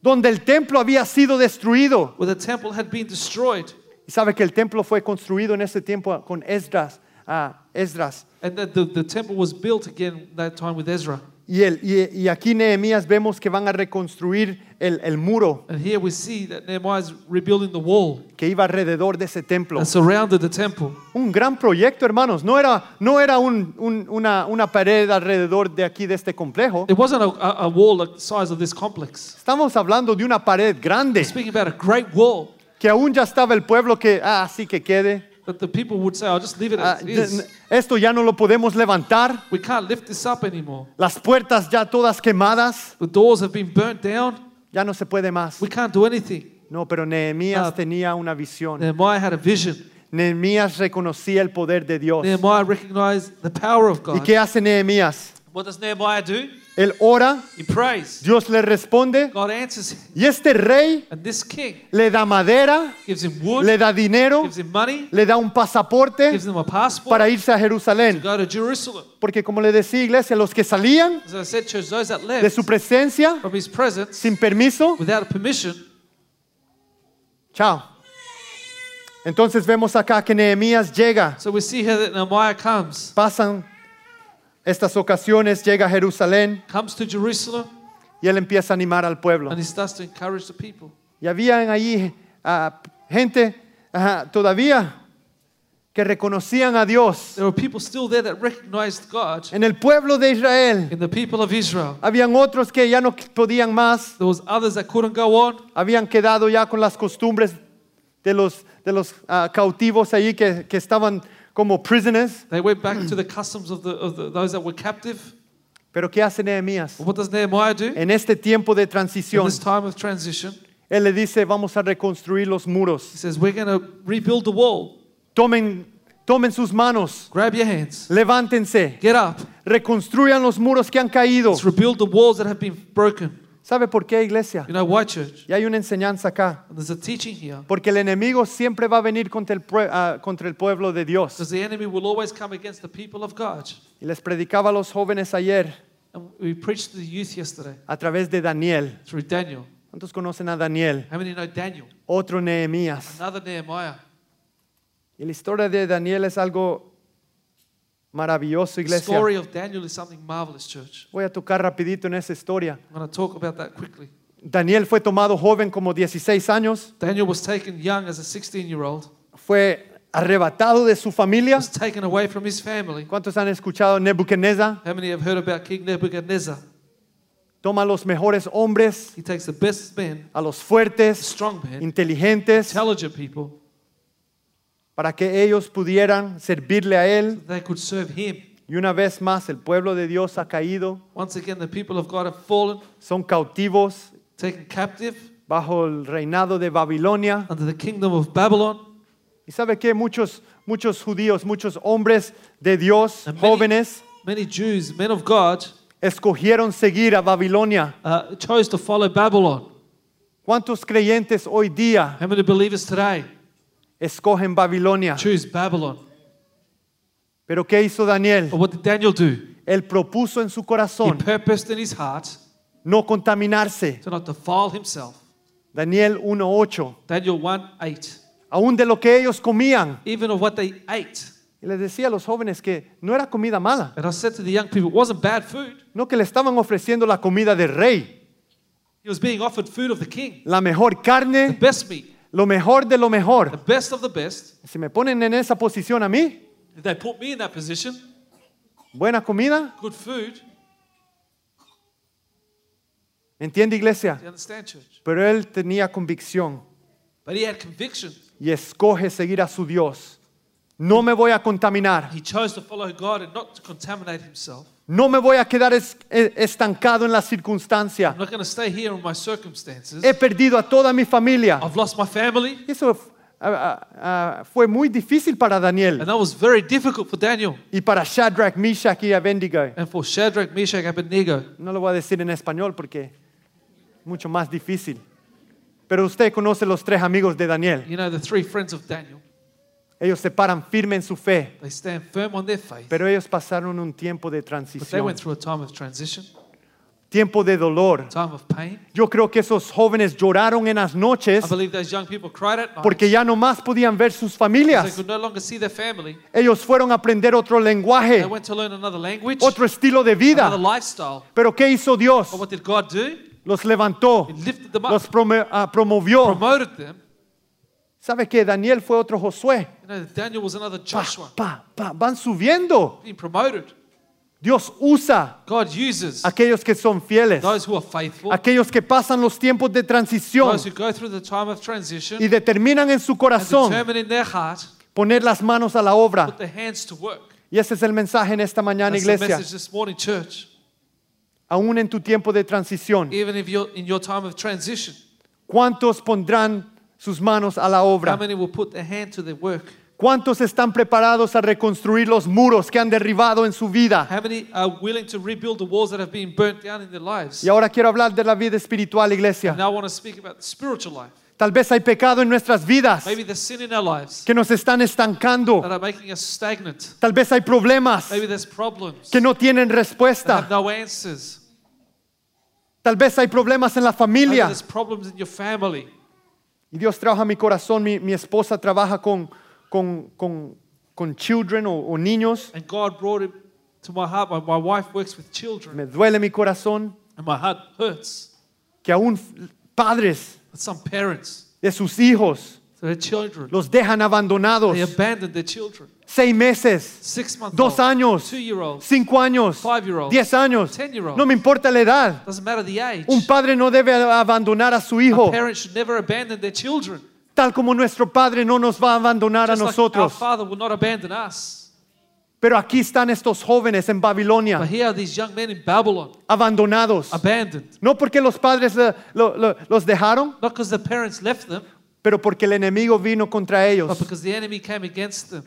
Speaker 2: donde el templo había sido destruido.
Speaker 3: where the temple had been destroyed.
Speaker 2: Y sabe que el templo fue construido en ese tiempo con Esdras. ah, Esdras.
Speaker 3: And that the, the temple was built again that time with Ezra.
Speaker 2: Y, el- y- y aquí Nehemías vemos que van a reconstruir el, el muro
Speaker 3: And here we see that Nehemiah is rebuilding the wall
Speaker 2: que iba alrededor de ese templo.
Speaker 3: that surrounded the temple.
Speaker 2: Un gran proyecto, hermanos. No era, no era un- un- una, una pared alrededor de aquí, de este complejo.
Speaker 3: It wasn't a, a, a wall the size of this complex.
Speaker 2: Estamos hablando de una pared grande,
Speaker 3: Speaking about a great wall
Speaker 2: que aún ya estaba el pueblo que, ah, así que quede.
Speaker 3: that the people would say, I'll just leave it
Speaker 2: Ah,
Speaker 3: as it is.
Speaker 2: esto ya no lo podemos levantar.
Speaker 3: We can't lift this up anymore.
Speaker 2: Las puertas ya todas quemadas.
Speaker 3: The doors have been burnt down.
Speaker 2: Ya no se puede más.
Speaker 3: We can't do anything.
Speaker 2: No, pero Nehemías
Speaker 3: Ah.
Speaker 2: tenía una visión.
Speaker 3: Nehemiah had a vision.
Speaker 2: Nehemías reconocía el poder de Dios.
Speaker 3: Nehemiah recognized the power of
Speaker 2: ¿Y
Speaker 3: God.
Speaker 2: qué hace Nehemías?
Speaker 3: What does Nehemiah do?
Speaker 2: Él ora,
Speaker 3: He prays.
Speaker 2: Dios le responde.
Speaker 3: God answers him.
Speaker 2: Y este rey
Speaker 3: And this king
Speaker 2: le da madera,
Speaker 3: gives him wood,
Speaker 2: le da dinero,
Speaker 3: gives him money,
Speaker 2: le da un pasaporte
Speaker 3: gives him a passport
Speaker 2: para irse a Jerusalén.
Speaker 3: to go to Jerusalem.
Speaker 2: Porque como le decía iglesia, los que salían
Speaker 3: As I said, church, those that
Speaker 2: de
Speaker 3: left
Speaker 2: su presencia
Speaker 3: from his presence
Speaker 2: sin permiso,
Speaker 3: without permission,
Speaker 2: chao. Entonces vemos acá que Nehemías llega,
Speaker 3: so we see here that Nehemiah comes.
Speaker 2: pasan estas ocasiones, llega a Jerusalén
Speaker 3: comes to Jerusalem
Speaker 2: y él empieza a animar al pueblo.
Speaker 3: and he starts to encourage the people.
Speaker 2: Y habían allí ah, gente ah, todavía que reconocían a Dios.
Speaker 3: There were people still there that recognized God
Speaker 2: En el pueblo de Israel
Speaker 3: in the people of Israel.
Speaker 2: habían otros que ya no podían más,
Speaker 3: There was others that couldn't go on.
Speaker 2: habían quedado ya con las costumbres de los, de los ah, cautivos allí que, que estaban como prisoners.
Speaker 3: They went back to the customs of, the, of the, those that were captive.
Speaker 2: Pero ¿qué hace Nehemías?
Speaker 3: What does Nehemiah do?
Speaker 2: En este tiempo de
Speaker 3: In
Speaker 2: transición,
Speaker 3: this time of transition,
Speaker 2: él le dice, vamos a reconstruir los
Speaker 3: he
Speaker 2: muros.
Speaker 3: says, We're going to rebuild the wall.
Speaker 2: Tomen, tomen sus manos,
Speaker 3: Grab your hands.
Speaker 2: levántense,
Speaker 3: Get up.
Speaker 2: reconstruyan los muros que han caído.
Speaker 3: Let's rebuild the walls that have been broken.
Speaker 2: ¿Sabe por qué, iglesia?
Speaker 3: You know why, church?
Speaker 2: Y hay una enseñanza acá.
Speaker 3: And there's a teaching here.
Speaker 2: Porque el enemigo siempre va a venir contra el, pue- ah, contra el pueblo de Dios.
Speaker 3: Because the enemy will always come against the people of God.
Speaker 2: Y les predicaba a los jóvenes ayer
Speaker 3: And we preached to the youth yesterday
Speaker 2: a través de Daniel.
Speaker 3: through Daniel.
Speaker 2: ¿Cuántos conocen a Daniel?
Speaker 3: How many know Daniel?
Speaker 2: Otro Nehemías.
Speaker 3: Another Nehemiah.
Speaker 2: Y la historia de Daniel es algo maravilloso,
Speaker 3: The
Speaker 2: iglesia.
Speaker 3: story of Daniel is something marvelous, church.
Speaker 2: Voy a tocar rapidito en esa historia.
Speaker 3: I'm going to talk about that quickly.
Speaker 2: Daniel fue tomado joven como 16 años,
Speaker 3: Daniel was taken young as a 16 year old,
Speaker 2: fue arrebatado de su familia.
Speaker 3: was taken away from his family.
Speaker 2: ¿Cuántos han escuchado Nebuchadnezzar?
Speaker 3: How many have heard about King Nebuchadnezzar?
Speaker 2: Toma a los mejores hombres,
Speaker 3: He takes the best men,
Speaker 2: a los fuertes,
Speaker 3: strong men,
Speaker 2: inteligentes,
Speaker 3: intelligent people,
Speaker 2: para que ellos pudieran servirle a él.
Speaker 3: that they could serve him.
Speaker 2: Y una vez más el pueblo de Dios ha caído,
Speaker 3: Once again, the people of God have fallen,
Speaker 2: son cautivos
Speaker 3: taken captive
Speaker 2: bajo el reinado de Babilonia.
Speaker 3: under the kingdom of Babylon.
Speaker 2: Y sabe que muchos muchos judíos, muchos hombres de Dios,
Speaker 3: And many-
Speaker 2: jóvenes,
Speaker 3: Many Jews, men of God,
Speaker 2: escogieron seguir a Babilonia.
Speaker 3: uh, chose to follow Babylon.
Speaker 2: ¿Cuántos creyentes hoy día
Speaker 3: How many believers today
Speaker 2: escogen Babilonia?
Speaker 3: choose Babylon?
Speaker 2: Pero ¿qué hizo Daniel?
Speaker 3: But what did Daniel do?
Speaker 2: Él propuso en su
Speaker 3: He
Speaker 2: corazón
Speaker 3: purposed in his heart
Speaker 2: no contaminarse.
Speaker 3: to not defile himself.
Speaker 2: Daniel 1:8.
Speaker 3: Daniel 1 8.
Speaker 2: Aún de lo que ellos comían.
Speaker 3: Even of what they ate.
Speaker 2: Y les decía a los jóvenes que no era comida mala,
Speaker 3: And I said to the young people, it wasn't bad food.
Speaker 2: no que le estaban ofreciendo la comida del rey,
Speaker 3: He was being offered food of the king,
Speaker 2: la mejor
Speaker 3: the
Speaker 2: carne,
Speaker 3: best meat,
Speaker 2: lo mejor de lo
Speaker 3: the
Speaker 2: mejor.
Speaker 3: best of the best.
Speaker 2: Si me ponen en esa posición a mí,
Speaker 3: If they put me in that position,
Speaker 2: buena comida,
Speaker 3: good food.
Speaker 2: ¿entiende iglesia?
Speaker 3: Do you understand, church?
Speaker 2: Pero él tenía convicción
Speaker 3: But he had conviction.
Speaker 2: y escoge seguir a su Dios. No me voy a contaminar.
Speaker 3: He chose to follow God and not to contaminate himself.
Speaker 2: No me voy a quedar es- e- estancado en la circunstancia.
Speaker 3: I'm not going to stay here in my circumstances.
Speaker 2: He perdido a toda mi familia.
Speaker 3: I've lost my family.
Speaker 2: Eso f- ah, ah, ah, fue muy difícil para Daniel
Speaker 3: And that was very difficult for Daniel
Speaker 2: y para Shadrach, Meshach y Abednego.
Speaker 3: and for Shadrach, Meshach, Abednego.
Speaker 2: No lo voy a decir en español porque es mucho más difícil. Pero usted conoce los tres amigos de Daniel.
Speaker 3: You know, the three friends of Daniel,
Speaker 2: Ellos se paran firme en su fe,
Speaker 3: they stand firm on their faith.
Speaker 2: pero ellos pasaron un tiempo de
Speaker 3: But they
Speaker 2: transición,
Speaker 3: went through a time of transition,
Speaker 2: tiempo de dolor.
Speaker 3: a time of pain.
Speaker 2: Yo creo que esos jóvenes lloraron en las noches
Speaker 3: I believe those young people cried at night
Speaker 2: porque ya no más podían ver sus
Speaker 3: because they
Speaker 2: familias.
Speaker 3: could no longer see their family.
Speaker 2: Ellos fueron a aprender otro
Speaker 3: They
Speaker 2: lenguaje,
Speaker 3: went to learn another language,
Speaker 2: otro estilo de
Speaker 3: another
Speaker 2: vida.
Speaker 3: lifestyle.
Speaker 2: Pero ¿qué hizo
Speaker 3: But
Speaker 2: Dios?
Speaker 3: what did God do?
Speaker 2: Los levantó,
Speaker 3: He lifted them up,
Speaker 2: los prome- ah, promovió.
Speaker 3: promoted them.
Speaker 2: ¿Sabe que Daniel fue otro Josué?
Speaker 3: You know, Daniel was another
Speaker 2: Pa,
Speaker 3: Joshua,
Speaker 2: pa, pa, van subiendo.
Speaker 3: being promoted.
Speaker 2: Dios usa
Speaker 3: God uses
Speaker 2: a aquellos que son fieles,
Speaker 3: those who are faithful,
Speaker 2: aquellos que pasan los tiempos de transición
Speaker 3: those who go through the time of transition
Speaker 2: y determinan en su
Speaker 3: and
Speaker 2: corazón
Speaker 3: determine in their heart,
Speaker 2: poner las manos a la obra.
Speaker 3: put their hands to work.
Speaker 2: Y ese es el mensaje en esta mañana,
Speaker 3: That's the
Speaker 2: iglesia.
Speaker 3: message this morning, church.
Speaker 2: Aún en tu tiempo de transición,
Speaker 3: Even if you're in your time of transition,
Speaker 2: ¿cuántos pondrán sus manos a la
Speaker 3: how
Speaker 2: obra?
Speaker 3: many will put their hand to their work?
Speaker 2: ¿Cuántos están preparados a reconstruir los muros que han derribado en su vida?
Speaker 3: How many are willing to rebuild the walls that have been burnt down in their lives?
Speaker 2: Y ahora quiero hablar de la vida espiritual, iglesia.
Speaker 3: Now I want to speak about the spiritual life.
Speaker 2: Tal vez hay pecado en nuestras vidas
Speaker 3: Maybe there's sin in our lives
Speaker 2: que nos están estancando.
Speaker 3: that are making us stagnant.
Speaker 2: Tal vez hay problemas
Speaker 3: Maybe there's problems
Speaker 2: que
Speaker 3: that
Speaker 2: no tienen
Speaker 3: have
Speaker 2: respuesta.
Speaker 3: no answers.
Speaker 2: Tal vez hay problemas en la
Speaker 3: Maybe
Speaker 2: familia.
Speaker 3: there's problems in your family.
Speaker 2: Y Dios trabaja mi corazón. Mi, mi esposa trabaja con, con, con, con children o, o niños.
Speaker 3: And God brought it to my heart. My, my wife works with children,
Speaker 2: Me duele mi corazón
Speaker 3: and my heart hurts
Speaker 2: que aún f- padres
Speaker 3: that some parents,
Speaker 2: de sus hijos
Speaker 3: their children,
Speaker 2: los dejan abandonados.
Speaker 3: they abandon their children.
Speaker 2: Seis meses.
Speaker 3: Six month
Speaker 2: dos años,
Speaker 3: two year old,
Speaker 2: cinco años,
Speaker 3: Five-year-old,
Speaker 2: diez años,
Speaker 3: ten-year-old.
Speaker 2: no me importa la edad.
Speaker 3: doesn't matter the age.
Speaker 2: Un padre no debe abandonar a su hijo.
Speaker 3: Parents should never abandon their children.
Speaker 2: tal como nuestro Padre no nos va a abandonar a
Speaker 3: Just like our
Speaker 2: nosotros.
Speaker 3: Father will not abandon us.
Speaker 2: Pero aquí están estos jóvenes en
Speaker 3: But
Speaker 2: Babilonia,
Speaker 3: here are these young men in Babylon,
Speaker 2: abandonados.
Speaker 3: abandoned.
Speaker 2: No porque los padres eh, lo- lo- los dejaron,
Speaker 3: Not because their parents left them,
Speaker 2: pero porque el enemigo vino contra ellos.
Speaker 3: but because the enemy came against them.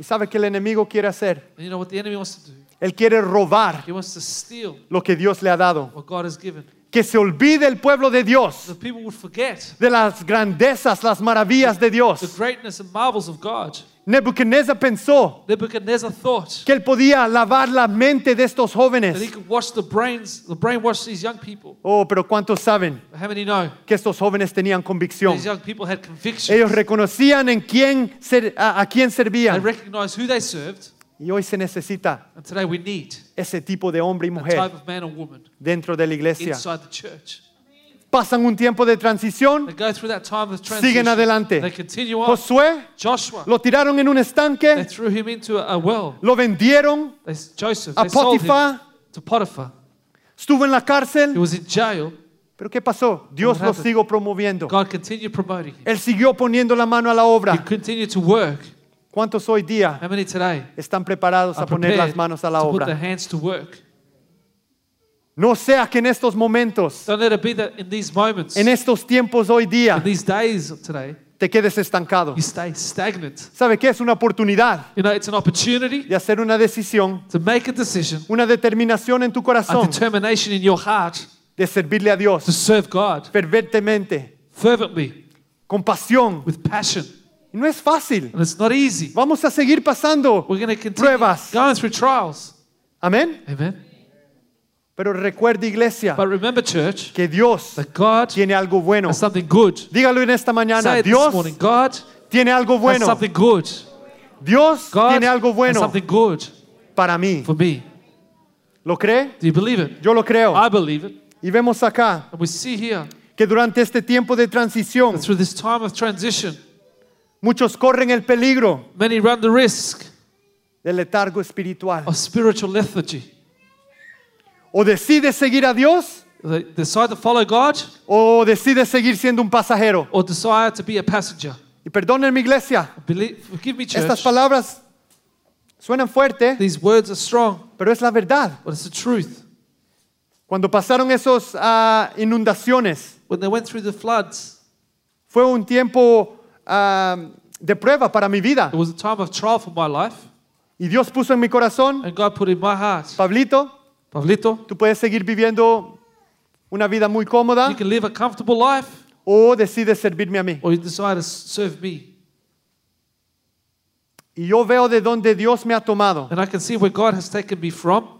Speaker 2: ¿Y sabe qué el enemigo quiere hacer?
Speaker 3: And you know what the enemy wants to do?
Speaker 2: Él quiere robar
Speaker 3: He wants to steal
Speaker 2: lo que Dios le ha dado.
Speaker 3: what God has given.
Speaker 2: Que se olvide el pueblo de Dios
Speaker 3: The people would forget
Speaker 2: de las grandezas, las maravillas de
Speaker 3: the
Speaker 2: Dios.
Speaker 3: greatness and marvels of God.
Speaker 2: Nebuchadnezzar pensó
Speaker 3: Nebuchadnezzar thought
Speaker 2: que él podía lavar la mente de estos
Speaker 3: that he
Speaker 2: jóvenes.
Speaker 3: could wash the brains, the brainwash these young people.
Speaker 2: Oh, pero ¿cuántos saben
Speaker 3: But how many know?
Speaker 2: que estos jóvenes tenían convicción?
Speaker 3: These young people had conviction.
Speaker 2: Ellos reconocían en quién ser- a, a quién
Speaker 3: They
Speaker 2: servían.
Speaker 3: recognized who they served,
Speaker 2: Y hoy se necesita
Speaker 3: and today we need
Speaker 2: ese tipo de hombre y
Speaker 3: that type
Speaker 2: mujer
Speaker 3: of man or woman
Speaker 2: dentro de la iglesia.
Speaker 3: inside the church.
Speaker 2: Pasan un tiempo de
Speaker 3: They
Speaker 2: transición.
Speaker 3: go through that time of transition.
Speaker 2: Siguen adelante.
Speaker 3: They continue on.
Speaker 2: Josué
Speaker 3: Joshua,
Speaker 2: lo tiraron en un
Speaker 3: they
Speaker 2: estanque,
Speaker 3: threw him into a a well.
Speaker 2: lo vendieron,
Speaker 3: They, Joseph,
Speaker 2: A
Speaker 3: they sold him
Speaker 2: Potifar.
Speaker 3: to Potiphar.
Speaker 2: estuvo en la
Speaker 3: He
Speaker 2: cárcel.
Speaker 3: was in jail.
Speaker 2: Pero ¿qué pasó? Dios
Speaker 3: What
Speaker 2: lo
Speaker 3: happened?
Speaker 2: siguió promoviendo.
Speaker 3: God continued promoting him.
Speaker 2: Él siguió poniendo la mano a la
Speaker 3: He
Speaker 2: obra.
Speaker 3: continued to work.
Speaker 2: ¿Cuántos hoy día
Speaker 3: How many today
Speaker 2: están preparados a
Speaker 3: are
Speaker 2: poner
Speaker 3: prepared
Speaker 2: las manos a la
Speaker 3: Uh, to put their
Speaker 2: obra?
Speaker 3: hands to work?
Speaker 2: No sea que en estos momentos,
Speaker 3: Don't let it be that in these moments,
Speaker 2: en
Speaker 3: in
Speaker 2: estos tiempos hoy día,
Speaker 3: these days of today,
Speaker 2: te quedes estancado.
Speaker 3: you stay stagnant.
Speaker 2: ¿Sabe qué? Es una oportunidad
Speaker 3: You know, it's an opportunity
Speaker 2: de hacer una decisión,
Speaker 3: to make a decision,
Speaker 2: una determinación en tu
Speaker 3: a
Speaker 2: corazón
Speaker 3: determination in your heart
Speaker 2: de servirle a
Speaker 3: to
Speaker 2: Dios
Speaker 3: serve God
Speaker 2: ferventemente,
Speaker 3: fervently,
Speaker 2: con pasión.
Speaker 3: with passion.
Speaker 2: Y no es fácil.
Speaker 3: And it's not easy.
Speaker 2: Vamos a seguir pasando
Speaker 3: We're going to continue
Speaker 2: pruebas.
Speaker 3: going through trials.
Speaker 2: Amén.
Speaker 3: Amen.
Speaker 2: Pero recuerde, iglesia,
Speaker 3: But remember, church,
Speaker 2: que Dios
Speaker 3: that God
Speaker 2: tiene algo bueno.
Speaker 3: has something good.
Speaker 2: Dígalo en esta mañana.
Speaker 3: Say it this
Speaker 2: Dios
Speaker 3: morning. God
Speaker 2: tiene algo
Speaker 3: has
Speaker 2: bueno.
Speaker 3: something good.
Speaker 2: Dios
Speaker 3: God
Speaker 2: tiene algo
Speaker 3: has
Speaker 2: bueno
Speaker 3: something good
Speaker 2: para mí.
Speaker 3: for me.
Speaker 2: ¿Lo cree?
Speaker 3: Do you believe it?
Speaker 2: Yo lo creo.
Speaker 3: I believe it.
Speaker 2: Y vemos acá
Speaker 3: And we see here
Speaker 2: que durante este tiempo de transición
Speaker 3: that through this time of transition,
Speaker 2: muchos corren el peligro
Speaker 3: many run the risk
Speaker 2: del letargo espiritual.
Speaker 3: of spiritual lethargy.
Speaker 2: O decides seguir a Dios
Speaker 3: They decide to follow God
Speaker 2: o decides seguir siendo un pasajero.
Speaker 3: or desire to be a passenger.
Speaker 2: Y perdónenme iglesia,
Speaker 3: Believe, forgive me,
Speaker 2: estas
Speaker 3: church.
Speaker 2: palabras suenan fuerte,
Speaker 3: These words are strong,
Speaker 2: pero es la verdad.
Speaker 3: but it's the truth.
Speaker 2: Cuando pasaron esas inundaciones,
Speaker 3: When they went through the floods,
Speaker 2: fue un tiempo ah, de prueba para mi vida.
Speaker 3: it was a time of trial for my life.
Speaker 2: Y Dios puso en mi corazón,
Speaker 3: And God put in my heart,
Speaker 2: Pablito,
Speaker 3: Pablito,
Speaker 2: tú puedes seguir viviendo una vida muy cómoda
Speaker 3: you can live a comfortable life
Speaker 2: o decides servirme a mí.
Speaker 3: or you decide to serve me.
Speaker 2: Y yo veo de dónde Dios me ha tomado.
Speaker 3: And I can see where God has taken me from.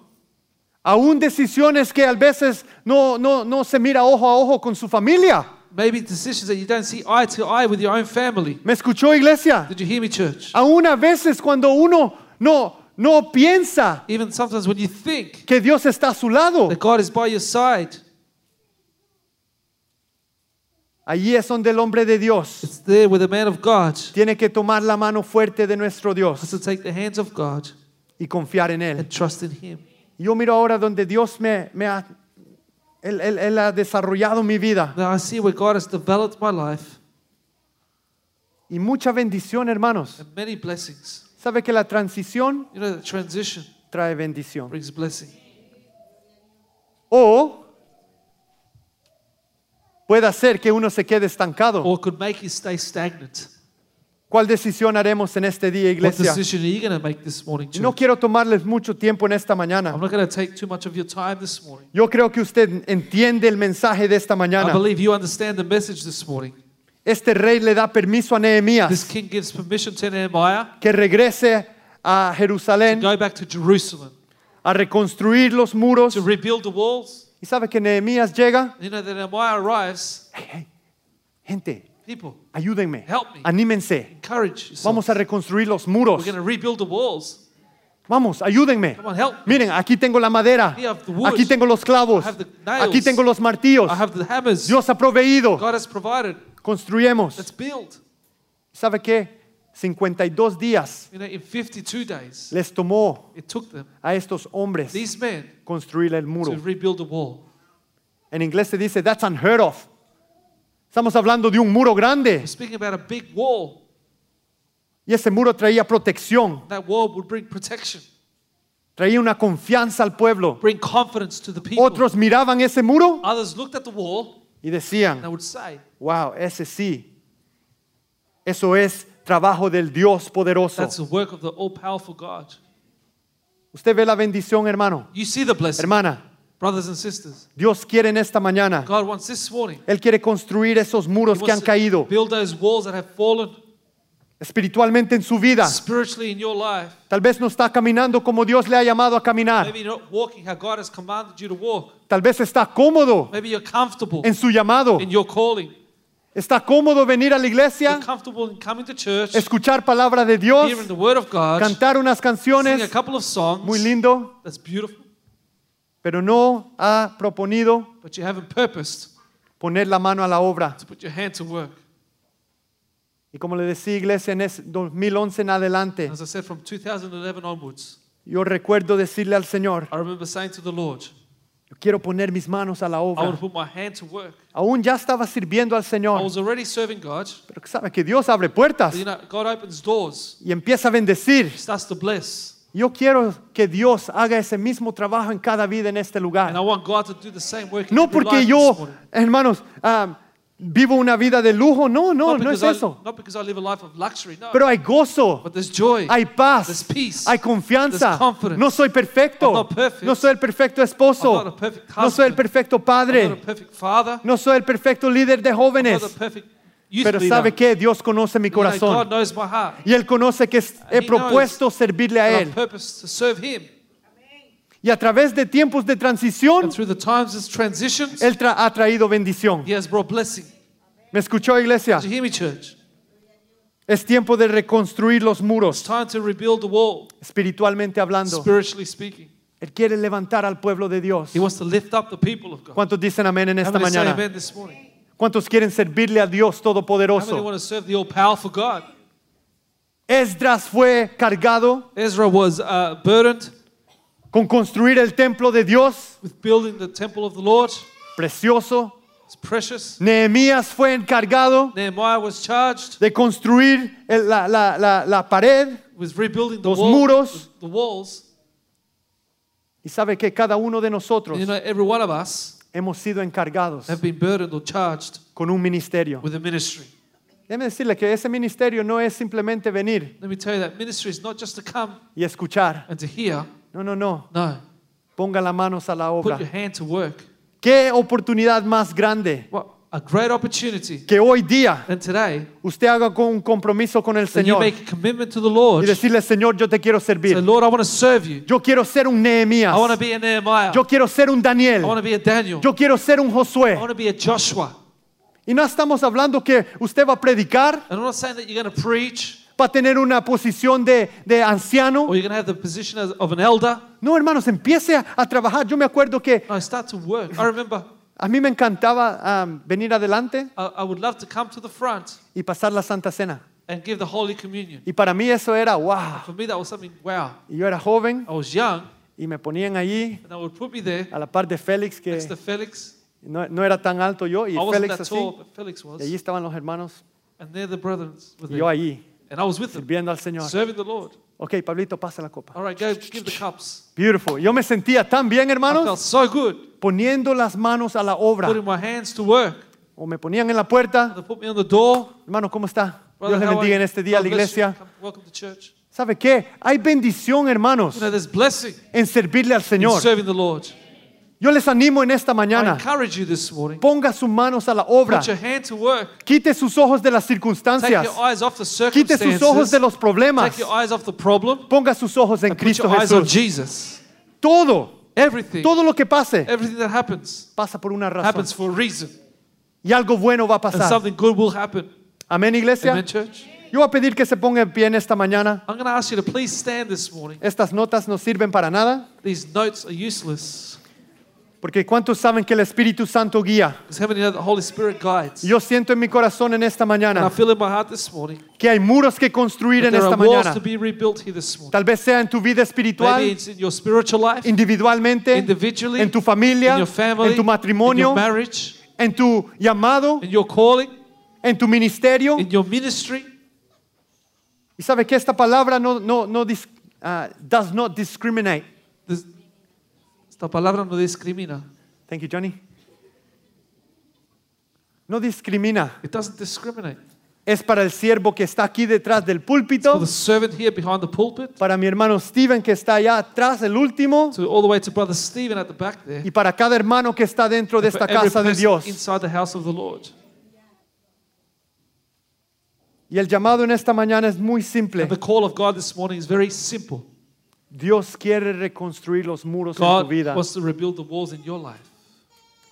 Speaker 2: Aún decisiones que a veces no, no, no se mira ojo a ojo con su familia.
Speaker 3: Maybe decisions that you don't see eye to eye with your own family.
Speaker 2: ¿Me escuchó iglesia?
Speaker 3: Did you hear me, church?
Speaker 2: Aún a veces cuando uno no, no piensa
Speaker 3: Even sometimes when you think
Speaker 2: que Dios está a su lado,
Speaker 3: that God is by your side,
Speaker 2: allí es donde el hombre de Dios
Speaker 3: it's there with a man of God.
Speaker 2: tiene que tomar la mano fuerte de nuestro
Speaker 3: Has
Speaker 2: Dios
Speaker 3: to take the hands of God
Speaker 2: y confiar en Él.
Speaker 3: and trust in Him.
Speaker 2: Yo miro ahora donde Dios me, me ha, él, Él- Él ha desarrollado mi vida.
Speaker 3: Now I see where God has developed my life
Speaker 2: Y mucha bendición, hermanos.
Speaker 3: and many blessings.
Speaker 2: Sabe que la transición
Speaker 3: You know, that transition
Speaker 2: trae bendición.
Speaker 3: brings blessing.
Speaker 2: O puede hacer que uno se quede estancado.
Speaker 3: Or it could make you stay stagnant.
Speaker 2: ¿Cuál decisión haremos en este día,
Speaker 3: What
Speaker 2: iglesia?
Speaker 3: decision are you going to make this morning, church?
Speaker 2: No quiero tomarles mucho tiempo en esta mañana.
Speaker 3: I'm not going to take too much of your time this morning.
Speaker 2: Yo creo que usted entiende el mensaje de esta
Speaker 3: I
Speaker 2: mañana.
Speaker 3: believe you understand the message this morning.
Speaker 2: Este rey le da permiso a
Speaker 3: This
Speaker 2: Nehemías
Speaker 3: king gives permission to Nehemiah
Speaker 2: que regrese a Jerusalén
Speaker 3: go back to Jerusalem
Speaker 2: a reconstruir los muros.
Speaker 3: to rebuild the walls.
Speaker 2: Y sabe que Nehemías llega.
Speaker 3: You know, that Nehemiah arrives.
Speaker 2: "Hey, hey, gente,
Speaker 3: People,
Speaker 2: ayúdenme,
Speaker 3: Help me.
Speaker 2: anímense.
Speaker 3: encourage yourself.
Speaker 2: Vamos a reconstruir los
Speaker 3: We're
Speaker 2: muros.
Speaker 3: going to rebuild the walls.
Speaker 2: Vamos, ayúdenme.
Speaker 3: Come on, help.
Speaker 2: Miren, aquí tengo la madera.
Speaker 3: Here I have the wood.
Speaker 2: Aquí tengo los clavos.
Speaker 3: I have the nails.
Speaker 2: Aquí tengo los martillos.
Speaker 3: I have the hammers.
Speaker 2: Dios ha proveído.
Speaker 3: God has provided. Let's
Speaker 2: Construyemos.
Speaker 3: build.
Speaker 2: ¿Sabe qué? 52 días
Speaker 3: You know, in 52 days,
Speaker 2: les tomó
Speaker 3: it took them,
Speaker 2: a estos hombres
Speaker 3: these men,
Speaker 2: construir el
Speaker 3: to
Speaker 2: muro.
Speaker 3: rebuild the wall.
Speaker 2: En inglés se dice, that's unheard of. Estamos hablando de un muro grande
Speaker 3: We're speaking about a big wall.
Speaker 2: y ese muro traía protección,
Speaker 3: That wall would bring protection,
Speaker 2: traía una confianza al pueblo.
Speaker 3: bring confidence to the people.
Speaker 2: Otros miraban ese muro
Speaker 3: Others looked at the wall
Speaker 2: y
Speaker 3: and they
Speaker 2: decían,
Speaker 3: would say,
Speaker 2: wow, ese sí. Eso es trabajo del Dios poderoso.
Speaker 3: That's the work of the all powerful God.
Speaker 2: Usted ve la bendición, hermano.
Speaker 3: You see the blessing,
Speaker 2: Hermana,
Speaker 3: brothers and sisters.
Speaker 2: Dios quiere en esta mañana.
Speaker 3: God wants this morning.
Speaker 2: Él quiere construir esos muros
Speaker 3: He
Speaker 2: que han
Speaker 3: wants to
Speaker 2: caído
Speaker 3: Build those walls that have fallen
Speaker 2: espiritualmente en su vida.
Speaker 3: spiritually in your life.
Speaker 2: Tal vez no está caminando como Dios le ha llamado a caminar.
Speaker 3: Maybe you're not walking how God has commanded you to walk.
Speaker 2: Tal vez está cómodo
Speaker 3: Maybe you're comfortable
Speaker 2: en su llamado.
Speaker 3: in your calling.
Speaker 2: Está cómodo venir a la iglesia,
Speaker 3: You're comfortable in coming to church,
Speaker 2: escuchar palabra de Dios,
Speaker 3: hearing the word of God,
Speaker 2: cantar unas
Speaker 3: singing a
Speaker 2: canciones,
Speaker 3: couple of songs.
Speaker 2: muy lindo,
Speaker 3: That's beautiful.
Speaker 2: pero no ha proponido
Speaker 3: But you haven't purposed
Speaker 2: poner la mano a la obra.
Speaker 3: to put your hand to work.
Speaker 2: Y como le decía iglesia en ese 2011 en adelante,
Speaker 3: As I said, from 2011 onwards,
Speaker 2: yo recuerdo decirle al Señor,
Speaker 3: I remember saying to the Lord,
Speaker 2: yo quiero poner mis manos a la
Speaker 3: I want
Speaker 2: obra.
Speaker 3: to put my hand to work.
Speaker 2: Aún ya estaba sirviendo al
Speaker 3: I
Speaker 2: Señor,
Speaker 3: was already serving God.
Speaker 2: pero sabe que Dios abre puertas
Speaker 3: But you know, God opens doors,
Speaker 2: y empieza a bendecir.
Speaker 3: He starts to bless.
Speaker 2: Yo quiero que Dios haga ese mismo trabajo en cada vida en este
Speaker 3: And I
Speaker 2: lugar.
Speaker 3: want God to do the same work in
Speaker 2: No
Speaker 3: your life
Speaker 2: porque
Speaker 3: this
Speaker 2: yo,
Speaker 3: morning.
Speaker 2: hermanos, ah, vivo una vida de lujo. No, no,
Speaker 3: Not
Speaker 2: no es
Speaker 3: because I-
Speaker 2: eso.
Speaker 3: Not because I live a life of luxury, no.
Speaker 2: Pero hay gozo,
Speaker 3: But there's joy.
Speaker 2: hay
Speaker 3: There's
Speaker 2: paz,
Speaker 3: peace.
Speaker 2: hay confianza.
Speaker 3: There's confidence.
Speaker 2: No soy
Speaker 3: I'm
Speaker 2: perfecto.
Speaker 3: not perfect.
Speaker 2: No soy el perfecto
Speaker 3: I'm
Speaker 2: esposo.
Speaker 3: not a perfect
Speaker 2: No soy el
Speaker 3: husband.
Speaker 2: perfecto
Speaker 3: I'm not
Speaker 2: padre.
Speaker 3: a perfect father.
Speaker 2: No soy el perfecto líder de
Speaker 3: I'm not
Speaker 2: jóvenes.
Speaker 3: a perfect youth
Speaker 2: Pero
Speaker 3: leader.
Speaker 2: sabe que Dios conoce mi
Speaker 3: You know, God
Speaker 2: corazón.
Speaker 3: knows my heart.
Speaker 2: Y Él conoce que he
Speaker 3: And He knows
Speaker 2: propuesto servirle
Speaker 3: And
Speaker 2: a
Speaker 3: I've
Speaker 2: Él.
Speaker 3: purposed to serve Him.
Speaker 2: Y a través de tiempos de transición,
Speaker 3: And through the times of transitions,
Speaker 2: Él tra- ha traído bendición.
Speaker 3: He has brought blessing.
Speaker 2: ¿Me escuchó, iglesia?
Speaker 3: Did you hear me, church?
Speaker 2: Es tiempo de reconstruir los
Speaker 3: It's
Speaker 2: muros,
Speaker 3: time to rebuild the wall,
Speaker 2: espiritualmente hablando.
Speaker 3: spiritually speaking.
Speaker 2: Él quiere levantar al pueblo de Dios.
Speaker 3: He wants to lift up the people of God.
Speaker 2: ¿Cuántos dicen amén en
Speaker 3: How
Speaker 2: esta
Speaker 3: many say
Speaker 2: mañana?
Speaker 3: amen this morning?
Speaker 2: ¿Cuántos quieren servirle a Dios
Speaker 3: How many
Speaker 2: Todopoderoso?
Speaker 3: want to serve the all-powerful God?
Speaker 2: Esdras fue cargado
Speaker 3: Ezra was uh, burdened
Speaker 2: con construir el templo de Dios,
Speaker 3: with building the temple of the Lord.
Speaker 2: precioso.
Speaker 3: It's precious.
Speaker 2: Nehemías fue encargado
Speaker 3: Nehemiah was charged
Speaker 2: de construir el- la, la- la- la pared.
Speaker 3: with rebuilding the
Speaker 2: Los
Speaker 3: wall-
Speaker 2: muros.
Speaker 3: the walls.
Speaker 2: Y sabe que cada uno de
Speaker 3: And
Speaker 2: nosotros
Speaker 3: you know, every one of us
Speaker 2: hemos sido encargados
Speaker 3: have been burdened or charged
Speaker 2: con un ministerio.
Speaker 3: with a ministry.
Speaker 2: Déjeme decirle que ese ministerio no es simplemente venir
Speaker 3: Let me tell you that ministry is not just to come
Speaker 2: y escuchar.
Speaker 3: and to hear.
Speaker 2: No, no, no.
Speaker 3: No,
Speaker 2: Ponga las manos a la
Speaker 3: put your
Speaker 2: obra.
Speaker 3: hand to work.
Speaker 2: Qué oportunidad más grande
Speaker 3: What a great opportunity.
Speaker 2: que hoy día
Speaker 3: And today,
Speaker 2: usted haga con un compromiso con el
Speaker 3: that you
Speaker 2: Señor
Speaker 3: make a commitment to the Lord.
Speaker 2: y decirle, Señor, yo te quiero
Speaker 3: Say,
Speaker 2: servir.
Speaker 3: Lord, I want to serve you.
Speaker 2: Yo quiero ser un Nehemías.
Speaker 3: I want to be a Nehemiah.
Speaker 2: Yo quiero ser un Daniel.
Speaker 3: I want to be a Daniel.
Speaker 2: Yo quiero ser un Josué.
Speaker 3: I want to be a Joshua.
Speaker 2: Y no estamos hablando que usted va a predicar,
Speaker 3: And I'm not saying that you're going to preach
Speaker 2: va a tener una posición de, de anciano.
Speaker 3: or you're going to have the position as- of an elder.
Speaker 2: No, hermanos, empiece a, a trabajar. Yo me acuerdo que
Speaker 3: No, start to work. I remember uh,
Speaker 2: a mí me encantaba ah, venir adelante
Speaker 3: I, I would love to come to the front
Speaker 2: y pasar la Santa Cena.
Speaker 3: and give the Holy Communion.
Speaker 2: Y para mí eso era, wow.
Speaker 3: For me, that was something, wow.
Speaker 2: Y yo era joven
Speaker 3: I was young,
Speaker 2: y me ponían allí
Speaker 3: and they would put me there
Speaker 2: a la par de Félix, que
Speaker 3: next to Felix.
Speaker 2: no, no era tan alto yo, y
Speaker 3: I wasn't
Speaker 2: Félix
Speaker 3: that
Speaker 2: así.
Speaker 3: tall, but Felix
Speaker 2: Y allí
Speaker 3: was.
Speaker 2: estaban los hermanos,
Speaker 3: And they're the brethren with
Speaker 2: y yo
Speaker 3: there.
Speaker 2: allí,
Speaker 3: And I was with them,
Speaker 2: sirviendo al Señor.
Speaker 3: serving the Lord.
Speaker 2: Ok, Pablito, pasa la copa.
Speaker 3: All right, go give the cups.
Speaker 2: Beautiful. Yo me sentía tan bien,
Speaker 3: I
Speaker 2: hermanos,
Speaker 3: felt so good
Speaker 2: poniendo las manos a la obra.
Speaker 3: putting my hands to work.
Speaker 2: O me ponían en la puerta,
Speaker 3: They put me on the door.
Speaker 2: hermano, ¿cómo está? Dios
Speaker 3: Brother,
Speaker 2: le
Speaker 3: how are you?
Speaker 2: bendiga en este día a la
Speaker 3: God bless you.
Speaker 2: iglesia.
Speaker 3: Come- Welcome to church.
Speaker 2: ¿Sabe qué? Hay bendición, hermanos,
Speaker 3: You know, there's blessing
Speaker 2: en servirle al
Speaker 3: in
Speaker 2: Señor.
Speaker 3: serving the Lord.
Speaker 2: Yo les animo en esta
Speaker 3: I
Speaker 2: mañana.
Speaker 3: encourage you this morning.
Speaker 2: Ponga sus manos a la obra.
Speaker 3: Put your hand to work.
Speaker 2: Quite sus ojos de las
Speaker 3: Take
Speaker 2: circunstancias.
Speaker 3: your eyes off the
Speaker 2: Quite sus ojos
Speaker 3: circumstances.
Speaker 2: de los problemas.
Speaker 3: Take your eyes off the problem.
Speaker 2: Ponga sus ojos en
Speaker 3: And put
Speaker 2: Cristo
Speaker 3: your eyes on
Speaker 2: Jesús.
Speaker 3: Jesus.
Speaker 2: Todo,
Speaker 3: Everything,
Speaker 2: todo lo que pase,
Speaker 3: everything that happens,
Speaker 2: pasa por una razón.
Speaker 3: happens for a reason.
Speaker 2: Y algo bueno va a
Speaker 3: And
Speaker 2: pasar.
Speaker 3: something good will happen.
Speaker 2: Amén, iglesia.
Speaker 3: Amen, church.
Speaker 2: Yo voy a pedir que se ponga en pie en esta mañana.
Speaker 3: I'm going to ask you to please stand this morning.
Speaker 2: Estas notas no sirven para nada,
Speaker 3: These notes are useless.
Speaker 2: porque ¿cuántos saben que el Espíritu Santo guía?
Speaker 3: Because how many know the Holy Spirit guides?
Speaker 2: Y Yo siento en mi corazón en esta
Speaker 3: And I
Speaker 2: mañana
Speaker 3: feel in my heart this morning
Speaker 2: que hay muros que construir
Speaker 3: that
Speaker 2: en
Speaker 3: there
Speaker 2: esta
Speaker 3: are walls
Speaker 2: mañana.
Speaker 3: to be rebuilt here this morning.
Speaker 2: Tal vez sea en tu vida
Speaker 3: Maybe
Speaker 2: espiritual,
Speaker 3: it's in your spiritual life,
Speaker 2: individualmente,
Speaker 3: individually,
Speaker 2: en tu
Speaker 3: in
Speaker 2: familia,
Speaker 3: your family,
Speaker 2: en tu
Speaker 3: in your
Speaker 2: matrimonio,
Speaker 3: marriage,
Speaker 2: en tu llamado,
Speaker 3: in your calling,
Speaker 2: en tu ministerio.
Speaker 3: in your ministry.
Speaker 2: Y sabe que esta palabra no, no, no dis- ah, does not discriminate.
Speaker 3: This- esta palabra no discrimina.
Speaker 2: Thank you, Johnny. No discrimina.
Speaker 3: It doesn't discriminate.
Speaker 2: Es para el siervo que está aquí detrás del púlpito,
Speaker 3: For the servant here behind the pulpit,
Speaker 2: para mi hermano Steven que está allá atrás, el último,
Speaker 3: to all the way to Brother Stephen at the back there,
Speaker 2: y para cada hermano que está dentro de
Speaker 3: for
Speaker 2: esta
Speaker 3: every
Speaker 2: casa de
Speaker 3: person
Speaker 2: Dios.
Speaker 3: inside the house of the Lord.
Speaker 2: Y el llamado en esta mañana es muy simple.
Speaker 3: And the call of God this morning is very simple.
Speaker 2: Dios quiere reconstruir los muros en tu
Speaker 3: God
Speaker 2: vida,
Speaker 3: wants to rebuild the walls in your life,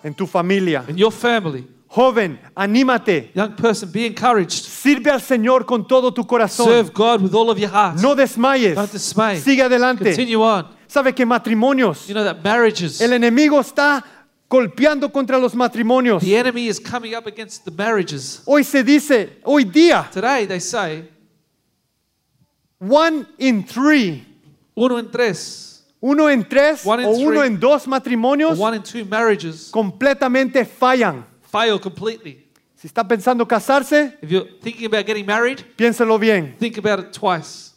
Speaker 2: en tu familia.
Speaker 3: in your family.
Speaker 2: Joven, anímate.
Speaker 3: Young person, be encouraged.
Speaker 2: Sirve al Señor con todo tu corazón.
Speaker 3: Serve God with all of your heart.
Speaker 2: No desmayes.
Speaker 3: Don't dismay.
Speaker 2: Sigue adelante.
Speaker 3: Continue on.
Speaker 2: Sabe que matrimonios,
Speaker 3: You know that marriages,
Speaker 2: el enemigo está golpeando contra los matrimonios.
Speaker 3: the enemy is coming up against the marriages.
Speaker 2: Hoy se dice, hoy día,
Speaker 3: Today they say,
Speaker 2: one in three,
Speaker 3: uno en tres,
Speaker 2: uno en tres
Speaker 3: One in
Speaker 2: o uno
Speaker 3: three.
Speaker 2: en dos matrimonios
Speaker 3: one in two marriages
Speaker 2: completamente fallan.
Speaker 3: fail completely.
Speaker 2: Si está pensando casarse,
Speaker 3: If you're thinking about getting married,
Speaker 2: piénselo bien.
Speaker 3: think about it twice.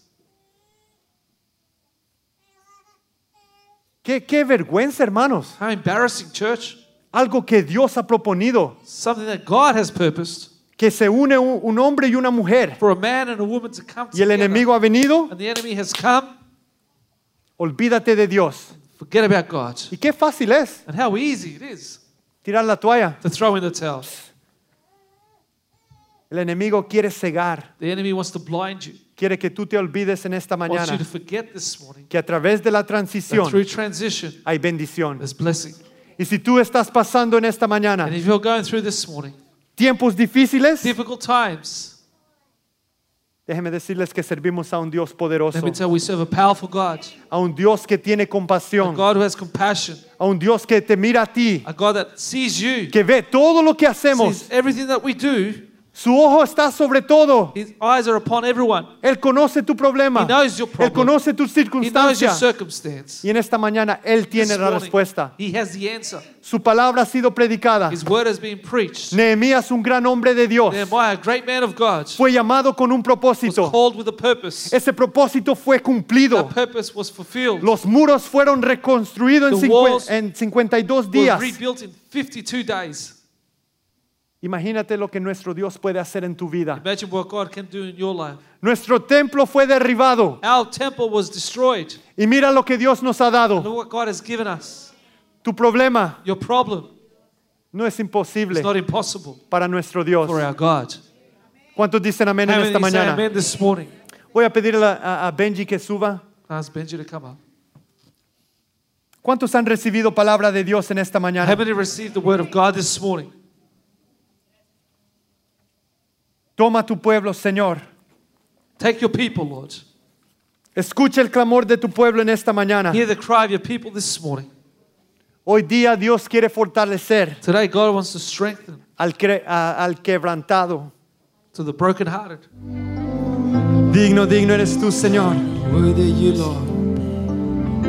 Speaker 2: Qué, qué vergüenza, hermanos.
Speaker 3: How embarrassing, church.
Speaker 2: Algo que Dios ha proponido,
Speaker 3: Something that God has purposed
Speaker 2: que se une un, un hombre y una mujer.
Speaker 3: for a man and a woman to come
Speaker 2: Y el
Speaker 3: together.
Speaker 2: enemigo ha venido,
Speaker 3: and the enemy has come.
Speaker 2: olvídate de Dios.
Speaker 3: Forget about God.
Speaker 2: Y qué fácil es
Speaker 3: And how easy it is
Speaker 2: tirar la toalla.
Speaker 3: to throw in the towel.
Speaker 2: El enemigo quiere cegar,
Speaker 3: The enemy wants to blind you.
Speaker 2: quiere que tú te olvides en esta
Speaker 3: wants you
Speaker 2: mañana
Speaker 3: to forget this morning
Speaker 2: que a través de la
Speaker 3: that
Speaker 2: transición
Speaker 3: through transition
Speaker 2: hay bendición.
Speaker 3: there's blessing.
Speaker 2: Y si tú estás pasando en esta mañana
Speaker 3: And if you're going through this morning
Speaker 2: tiempos difíciles,
Speaker 3: difficult times,
Speaker 2: déjeme decirles que servimos a un Dios
Speaker 3: let
Speaker 2: poderoso,
Speaker 3: me tell you, we serve a powerful God,
Speaker 2: a un Dios que tiene
Speaker 3: a
Speaker 2: compasión,
Speaker 3: God who has compassion,
Speaker 2: a un Dios que te mira a ti,
Speaker 3: a God that sees you,
Speaker 2: que ve todo lo que hacemos.
Speaker 3: sees everything that we do.
Speaker 2: Su ojo está sobre todo.
Speaker 3: His eyes are upon everyone.
Speaker 2: Él conoce tu problema.
Speaker 3: He knows your
Speaker 2: Él
Speaker 3: problem.
Speaker 2: conoce tus
Speaker 3: He knows your
Speaker 2: circunstancias.
Speaker 3: circumstance.
Speaker 2: Y en esta mañana Él tiene
Speaker 3: This
Speaker 2: la
Speaker 3: morning,
Speaker 2: respuesta.
Speaker 3: He has the answer.
Speaker 2: Su palabra ha sido predicada.
Speaker 3: His word has been preached.
Speaker 2: Nehemías, un gran hombre de Dios,
Speaker 3: Nehemiah, a great man of God,
Speaker 2: fue llamado con un
Speaker 3: was
Speaker 2: propósito.
Speaker 3: called with a purpose.
Speaker 2: Ese propósito fue cumplido.
Speaker 3: That purpose was fulfilled.
Speaker 2: Los muros fueron reconstruidos en,
Speaker 3: The
Speaker 2: cincuen-
Speaker 3: walls
Speaker 2: en 52
Speaker 3: Were
Speaker 2: días.
Speaker 3: rebuilt in 52 days.
Speaker 2: Imagínate lo que nuestro Dios puede hacer en tu vida.
Speaker 3: Imagine what God can do in your life.
Speaker 2: Nuestro templo fue derribado
Speaker 3: Our temple was destroyed.
Speaker 2: y mira lo que Dios nos ha dado.
Speaker 3: Look what God has given us.
Speaker 2: Tu problema
Speaker 3: Your problem
Speaker 2: no es
Speaker 3: is
Speaker 2: imposible
Speaker 3: not impossible
Speaker 2: para nuestro Dios.
Speaker 3: for our God.
Speaker 2: ¿Cuántos dicen amén
Speaker 3: How
Speaker 2: en
Speaker 3: many
Speaker 2: esta
Speaker 3: say
Speaker 2: mañana?
Speaker 3: amen this morning?
Speaker 2: Voy a pedirle a, a Benji que suba.
Speaker 3: I ask Benji to come up.
Speaker 2: ¿Cuántos han recibido palabra de Dios en esta
Speaker 3: How
Speaker 2: mañana?
Speaker 3: many received the word of God this morning?
Speaker 2: Toma tu pueblo, Señor.
Speaker 3: Take your people, Lord.
Speaker 2: Escucha el clamor de tu pueblo en esta mañana.
Speaker 3: Hear the cry of your people this morning.
Speaker 2: Hoy día Dios quiere fortalecer
Speaker 3: Today, God wants to strengthen
Speaker 2: al, cre- a- al quebrantado.
Speaker 3: to the brokenhearted.
Speaker 2: Digno, digno eres tú, Señor.
Speaker 3: Worthy you, Lord.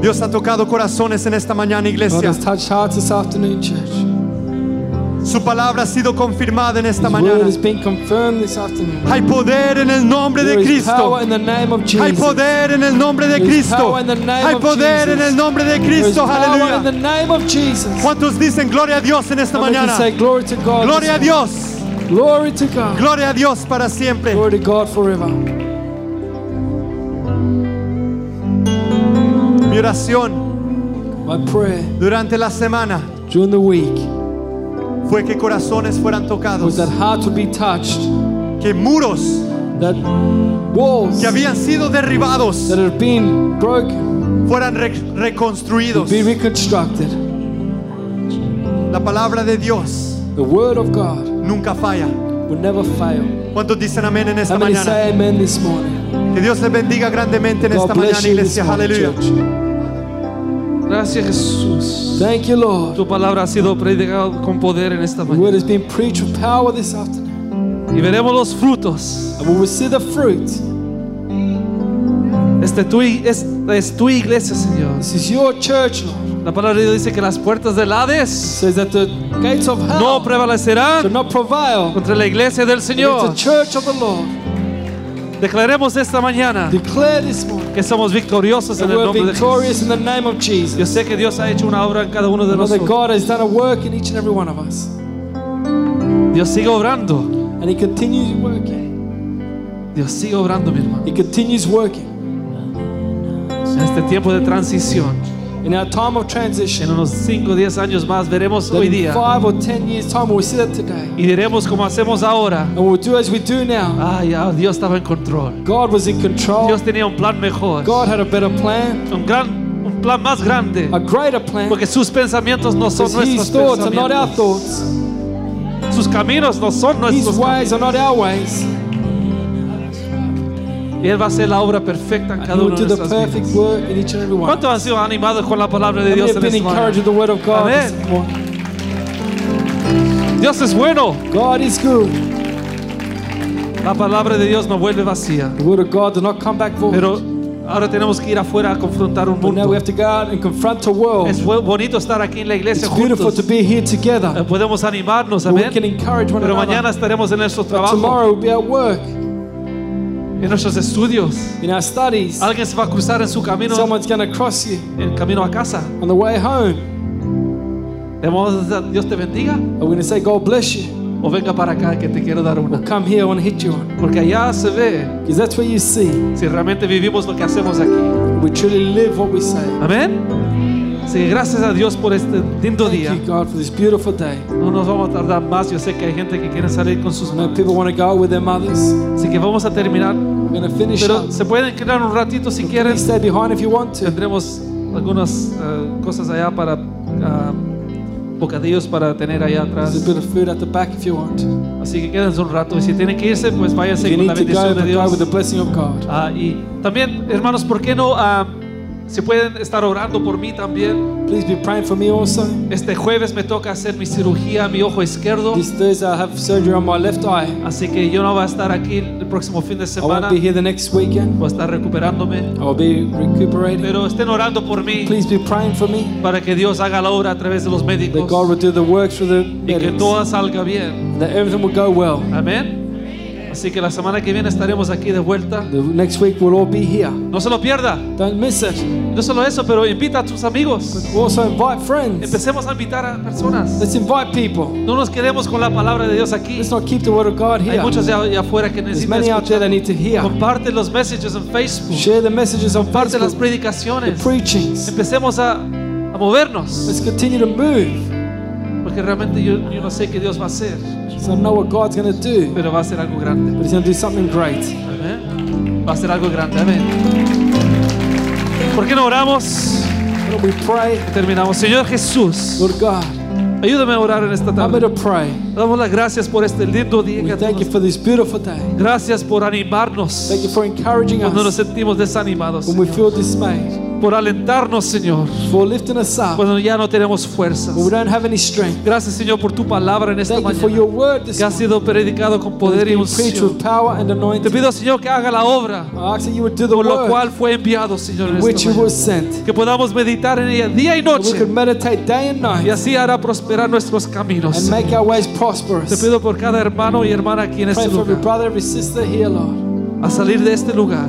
Speaker 2: Dios ha tocado corazones en esta mañana,
Speaker 4: God
Speaker 2: iglesia.
Speaker 4: has touched hearts this afternoon, church. His
Speaker 2: Su palabra ha sido confirmada en esta
Speaker 4: word
Speaker 2: mañana.
Speaker 4: has been confirmed this afternoon.
Speaker 2: Hay poder en el nombre de
Speaker 4: There is
Speaker 2: Cristo.
Speaker 4: power in the name of
Speaker 2: Hay
Speaker 4: Jesus.
Speaker 2: poder en el nombre de
Speaker 4: There is
Speaker 2: Cristo.
Speaker 4: power in the name
Speaker 2: Hay
Speaker 4: of
Speaker 2: poder en
Speaker 4: Jesus.
Speaker 2: el nombre de
Speaker 4: There is
Speaker 2: Cristo.
Speaker 4: power in the
Speaker 2: Aleluya.
Speaker 4: name of Jesus.
Speaker 2: ¿Cuántos dicen gloria a Dios en esta
Speaker 4: Come and
Speaker 2: mañana?
Speaker 4: say glory to God.
Speaker 2: Gloria a Dios.
Speaker 4: Glory to God.
Speaker 2: Gloria a Dios para siempre.
Speaker 4: Glory to God forever.
Speaker 2: Mi oración
Speaker 4: My prayer
Speaker 2: durante la semana
Speaker 4: during the week
Speaker 2: fue que corazones fueran
Speaker 4: was
Speaker 2: tocados,
Speaker 4: that hearts would be touched,
Speaker 2: que muros
Speaker 4: that walls
Speaker 2: que
Speaker 4: that
Speaker 2: habían sido derribados
Speaker 4: have been broken
Speaker 2: fueran re- reconstruidos.
Speaker 4: be reconstructed.
Speaker 2: La palabra de Dios
Speaker 4: The word of God
Speaker 2: nunca falla.
Speaker 4: will never fail.
Speaker 2: ¿Cuántos dicen amén en esta
Speaker 4: How many
Speaker 2: mañana?
Speaker 4: say amen this morning?
Speaker 2: Que Dios les bendiga grandemente en
Speaker 4: God
Speaker 2: esta
Speaker 4: bless
Speaker 2: mañana,
Speaker 4: you this
Speaker 2: iglesia.
Speaker 4: morning,
Speaker 2: Aleluya.
Speaker 4: church.
Speaker 3: Gracias, Jesús.
Speaker 4: Thank you, Lord.
Speaker 3: Tu palabra ha sido predicada con poder en esta
Speaker 4: The word
Speaker 3: mañana.
Speaker 4: has been preached with power this afternoon.
Speaker 3: Y veremos los frutos.
Speaker 4: And we will see the fruit.
Speaker 3: Este es tu, es, es tu iglesia, Señor.
Speaker 4: This is your church, Lord.
Speaker 3: La palabra de Dios dice que las puertas del Hades
Speaker 4: says that the gates of hell
Speaker 3: no prevalecerán
Speaker 4: shall not prevail
Speaker 3: contra la iglesia del Señor.
Speaker 4: against the church of the Lord.
Speaker 3: Declaremos esta mañana
Speaker 4: Declare this morning
Speaker 3: que somos victoriosos
Speaker 4: that
Speaker 3: en el
Speaker 4: we're
Speaker 3: nombre de Jesús.
Speaker 4: victorious in the name of
Speaker 3: Yo
Speaker 4: Jesus.
Speaker 3: sé que Dios ha hecho una obra en cada uno de
Speaker 4: Know that
Speaker 3: nosotros.
Speaker 4: God has done a work in each and every one of us.
Speaker 3: Dios sigue obrando.
Speaker 4: And He continues working.
Speaker 3: Dios sigue obrando, mi hermano.
Speaker 4: He continues working.
Speaker 3: En este tiempo de transición,
Speaker 4: In our time of
Speaker 3: en
Speaker 4: transition,
Speaker 3: unos 5 o 10 años más, veremos
Speaker 4: that
Speaker 3: hoy
Speaker 4: in
Speaker 3: día
Speaker 4: five or ten years' time, we'll see that today.
Speaker 3: y diremos como hacemos ahora.
Speaker 4: And we'll do as we do now.
Speaker 3: Ay, ah, Dios estaba en control.
Speaker 4: God was in control.
Speaker 3: Dios tenía un plan mejor.
Speaker 4: God had a better plan,
Speaker 3: Un, gran, un plan más grande.
Speaker 4: a greater plan.
Speaker 3: Porque sus pensamientos no son
Speaker 4: Because
Speaker 3: nuestros
Speaker 4: His thoughts are not our
Speaker 3: pensamientos.
Speaker 4: thoughts.
Speaker 3: Sus caminos no son nuestros caminos.
Speaker 4: His ways are not our ways.
Speaker 3: Y Él va a hacer la obra perfecta en
Speaker 4: And He
Speaker 3: cada
Speaker 4: will
Speaker 3: uno
Speaker 4: do
Speaker 3: de
Speaker 4: the
Speaker 3: nuestras vidas.
Speaker 4: perfect work in each and every one.
Speaker 3: ¿Cuántos han sido animados con la palabra de
Speaker 4: We
Speaker 3: Dios
Speaker 4: have
Speaker 3: en este
Speaker 4: been
Speaker 3: esta
Speaker 4: encouraged with
Speaker 3: mañana?
Speaker 4: the word of God
Speaker 3: Amén.
Speaker 4: this morning.
Speaker 3: Dios es bueno.
Speaker 4: God is good.
Speaker 3: La palabra de Dios no vuelve vacía.
Speaker 4: The word of God did not come back void.
Speaker 3: Pero ahora tenemos que ir afuera a confrontar un
Speaker 4: But now we
Speaker 3: mundo.
Speaker 4: have to go out and confront the world.
Speaker 3: Es bu- bonito estar aquí en la iglesia
Speaker 4: It's beautiful to
Speaker 3: juntos.
Speaker 4: be here
Speaker 3: Eh,
Speaker 4: together.
Speaker 3: Podemos animarnos,
Speaker 4: And we can
Speaker 3: amén.
Speaker 4: encourage one
Speaker 3: Pero mañana
Speaker 4: another.
Speaker 3: estaremos en nuestro trabajo,
Speaker 4: Tomorrow we'll be at work,
Speaker 3: en nuestros estudios.
Speaker 4: in our studies.
Speaker 3: Alguien se va a cruzar en su camino,
Speaker 4: Someone's going to cross you
Speaker 3: en camino a casa.
Speaker 4: on the way home.
Speaker 3: Le vamos a decir, Dios te bendiga
Speaker 4: Are we going to say, God bless you?
Speaker 3: o venga para acá que te quiero dar una.
Speaker 4: Or come here, I want to hit you on.
Speaker 3: Porque allá se ve
Speaker 4: Because that's where you see.
Speaker 3: si realmente vivimos lo que hacemos aquí.
Speaker 4: We truly live what we say.
Speaker 3: Amén. Así que gracias a Dios por este lindo
Speaker 4: Thank
Speaker 3: día.
Speaker 4: you, God, for this beautiful day.
Speaker 3: No nos vamos a tardar más. Yo sé que hay gente que quiere salir con sus
Speaker 4: I know
Speaker 3: manos.
Speaker 4: people want to go out with their mothers.
Speaker 3: Así que vamos a terminar.
Speaker 4: We're going to finish up.
Speaker 3: Pero se pueden quedar un ratito si quieren.
Speaker 4: Please stay behind if you want to.
Speaker 3: Tendremos algunas eh, cosas allá para ah, bocadillos para tener allá
Speaker 4: There's a
Speaker 3: atrás.
Speaker 4: bit of food at the back if you want.
Speaker 3: Así que quédense un rato. Y si tienen que irse, pues
Speaker 4: If
Speaker 3: váyanse
Speaker 4: you
Speaker 3: con la
Speaker 4: need to go,
Speaker 3: bendición de
Speaker 4: then go with the
Speaker 3: Dios.
Speaker 4: blessing of God.
Speaker 3: Ah, y también, hermanos, ¿por qué no ah, se pueden estar orando por mí también?
Speaker 4: Please be praying for me also.
Speaker 3: Este jueves me toca hacer mi cirugía a mi ojo izquierdo.
Speaker 4: This Thursday I have surgery on my left eye.
Speaker 3: Así que yo no voy a estar aquí el próximo fin de
Speaker 4: I won't
Speaker 3: semana.
Speaker 4: be here the next weekend.
Speaker 3: Voy a estar recuperándome.
Speaker 4: I'll be recuperating.
Speaker 3: Pero estén orando por mí
Speaker 4: Please be praying for me
Speaker 3: para que Dios haga la obra a través de los
Speaker 4: that God
Speaker 3: médicos
Speaker 4: will do the work through the
Speaker 3: y que
Speaker 4: medics,
Speaker 3: todo salga bien.
Speaker 4: that everything will go well.
Speaker 3: Amén. Así que la semana que viene estaremos aquí de vuelta.
Speaker 4: The next week we'll all be here.
Speaker 3: No se lo pierda.
Speaker 4: Don't miss it.
Speaker 3: No solo eso, pero invita a tus amigos.
Speaker 4: Also invite friends.
Speaker 3: Empecemos a invitar a personas.
Speaker 4: Let's invite people.
Speaker 3: No nos quedemos con la palabra de Dios aquí.
Speaker 4: Let's not keep the word of God
Speaker 3: Hay
Speaker 4: here.
Speaker 3: muchos de allá afuera que
Speaker 4: There's
Speaker 3: necesitan
Speaker 4: many out there
Speaker 3: escuchar.
Speaker 4: that need to hear.
Speaker 3: Comparte los messages en Facebook.
Speaker 4: Share the messages of
Speaker 3: Comparte las
Speaker 4: Facebook, the
Speaker 3: predicaciones.
Speaker 4: preachings.
Speaker 3: Empecemos a, a movernos.
Speaker 4: Let's continue to move.
Speaker 3: Porque realmente yo, yo no sé qué Dios va a hacer.
Speaker 4: So I know what God's going to do,
Speaker 3: Pero va a hacer algo grande.
Speaker 4: but He's going to do something great.
Speaker 3: Amén. Va a ser algo grande. Amén. ¿Por qué no oramos?
Speaker 4: Lord, we pray,
Speaker 3: Terminamos. Señor Jesús,
Speaker 4: Lord God,
Speaker 3: ayúdame a orar en esta
Speaker 4: I'm going
Speaker 3: tarde.
Speaker 4: to pray.
Speaker 3: Damos las gracias por este lindo día.
Speaker 4: We
Speaker 3: que
Speaker 4: thank you
Speaker 3: tenemos.
Speaker 4: for this beautiful day.
Speaker 3: Gracias por animarnos
Speaker 4: Thank you for encouraging
Speaker 3: cuando nos
Speaker 4: us
Speaker 3: sentimos desanimados.
Speaker 4: when we
Speaker 3: Señor.
Speaker 4: feel dismayed,
Speaker 3: Por alentarnos, Señor,
Speaker 4: for lifting us up
Speaker 3: cuando ya no tenemos fuerzas.
Speaker 4: when we don't have any strength.
Speaker 3: Gracias, Señor, por tu palabra en esta
Speaker 4: Thank you for your
Speaker 3: mañana
Speaker 4: word this
Speaker 3: que ha
Speaker 4: morning.
Speaker 3: sido predicado con
Speaker 4: that
Speaker 3: poder y
Speaker 4: has been preached
Speaker 3: unción.
Speaker 4: with power and
Speaker 3: Te
Speaker 4: anointing.
Speaker 3: pido, Señor, que haga la obra
Speaker 4: I ask that you would do the
Speaker 3: por lo
Speaker 4: work
Speaker 3: cual fue enviado, Señor, en esta
Speaker 4: which you
Speaker 3: mañana.
Speaker 4: were sent.
Speaker 3: que podamos meditar en ella día y
Speaker 4: That we
Speaker 3: noche
Speaker 4: could meditate day and
Speaker 3: y
Speaker 4: night
Speaker 3: así hará prosperar nuestros
Speaker 4: and
Speaker 3: caminos.
Speaker 4: make our ways
Speaker 3: Te
Speaker 4: prosperous.
Speaker 3: pido por cada hermano y hermana aquí en
Speaker 4: Pray
Speaker 3: este
Speaker 4: for every
Speaker 3: lugar
Speaker 4: brother, every sister here, Lord,
Speaker 3: a salir de este lugar,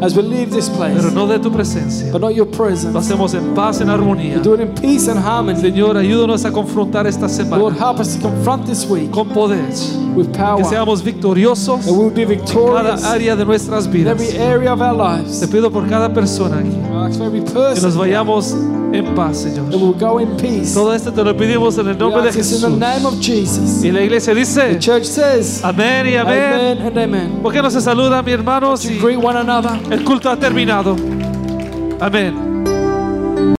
Speaker 4: as we leave this place,
Speaker 3: pero no de tu presencia.
Speaker 4: but not your
Speaker 3: Lo
Speaker 4: presence.
Speaker 3: hacemos en paz, en armonía.
Speaker 4: Do it in peace and harmony.
Speaker 3: Señor, ayúdanos a confrontar esta
Speaker 4: Lord,
Speaker 3: semana
Speaker 4: help us to confront this week
Speaker 3: con poder,
Speaker 4: with
Speaker 3: que
Speaker 4: power, that
Speaker 3: seamos victoriosos
Speaker 4: we
Speaker 3: en
Speaker 4: will be victorious
Speaker 3: cada
Speaker 4: in
Speaker 3: área de nuestras vidas.
Speaker 4: every area of our
Speaker 3: Te
Speaker 4: lives.
Speaker 3: pido por cada persona aquí
Speaker 4: I ask for every
Speaker 3: que nos
Speaker 4: person that
Speaker 3: vayamos en paz, Señor.
Speaker 4: we will go in peace.
Speaker 3: Todo esto te lo pedimos en el
Speaker 4: We
Speaker 3: nombre de
Speaker 4: ask this
Speaker 3: Jesús.
Speaker 4: in the name of Jesus.
Speaker 3: Y la iglesia dice,
Speaker 4: The church says,
Speaker 3: amén y amén.
Speaker 4: Amen and Amen.
Speaker 3: ¿Por qué no se saluda, mi hermano?
Speaker 4: To
Speaker 3: Si
Speaker 4: greet one another.
Speaker 3: el culto ha terminado. Amén.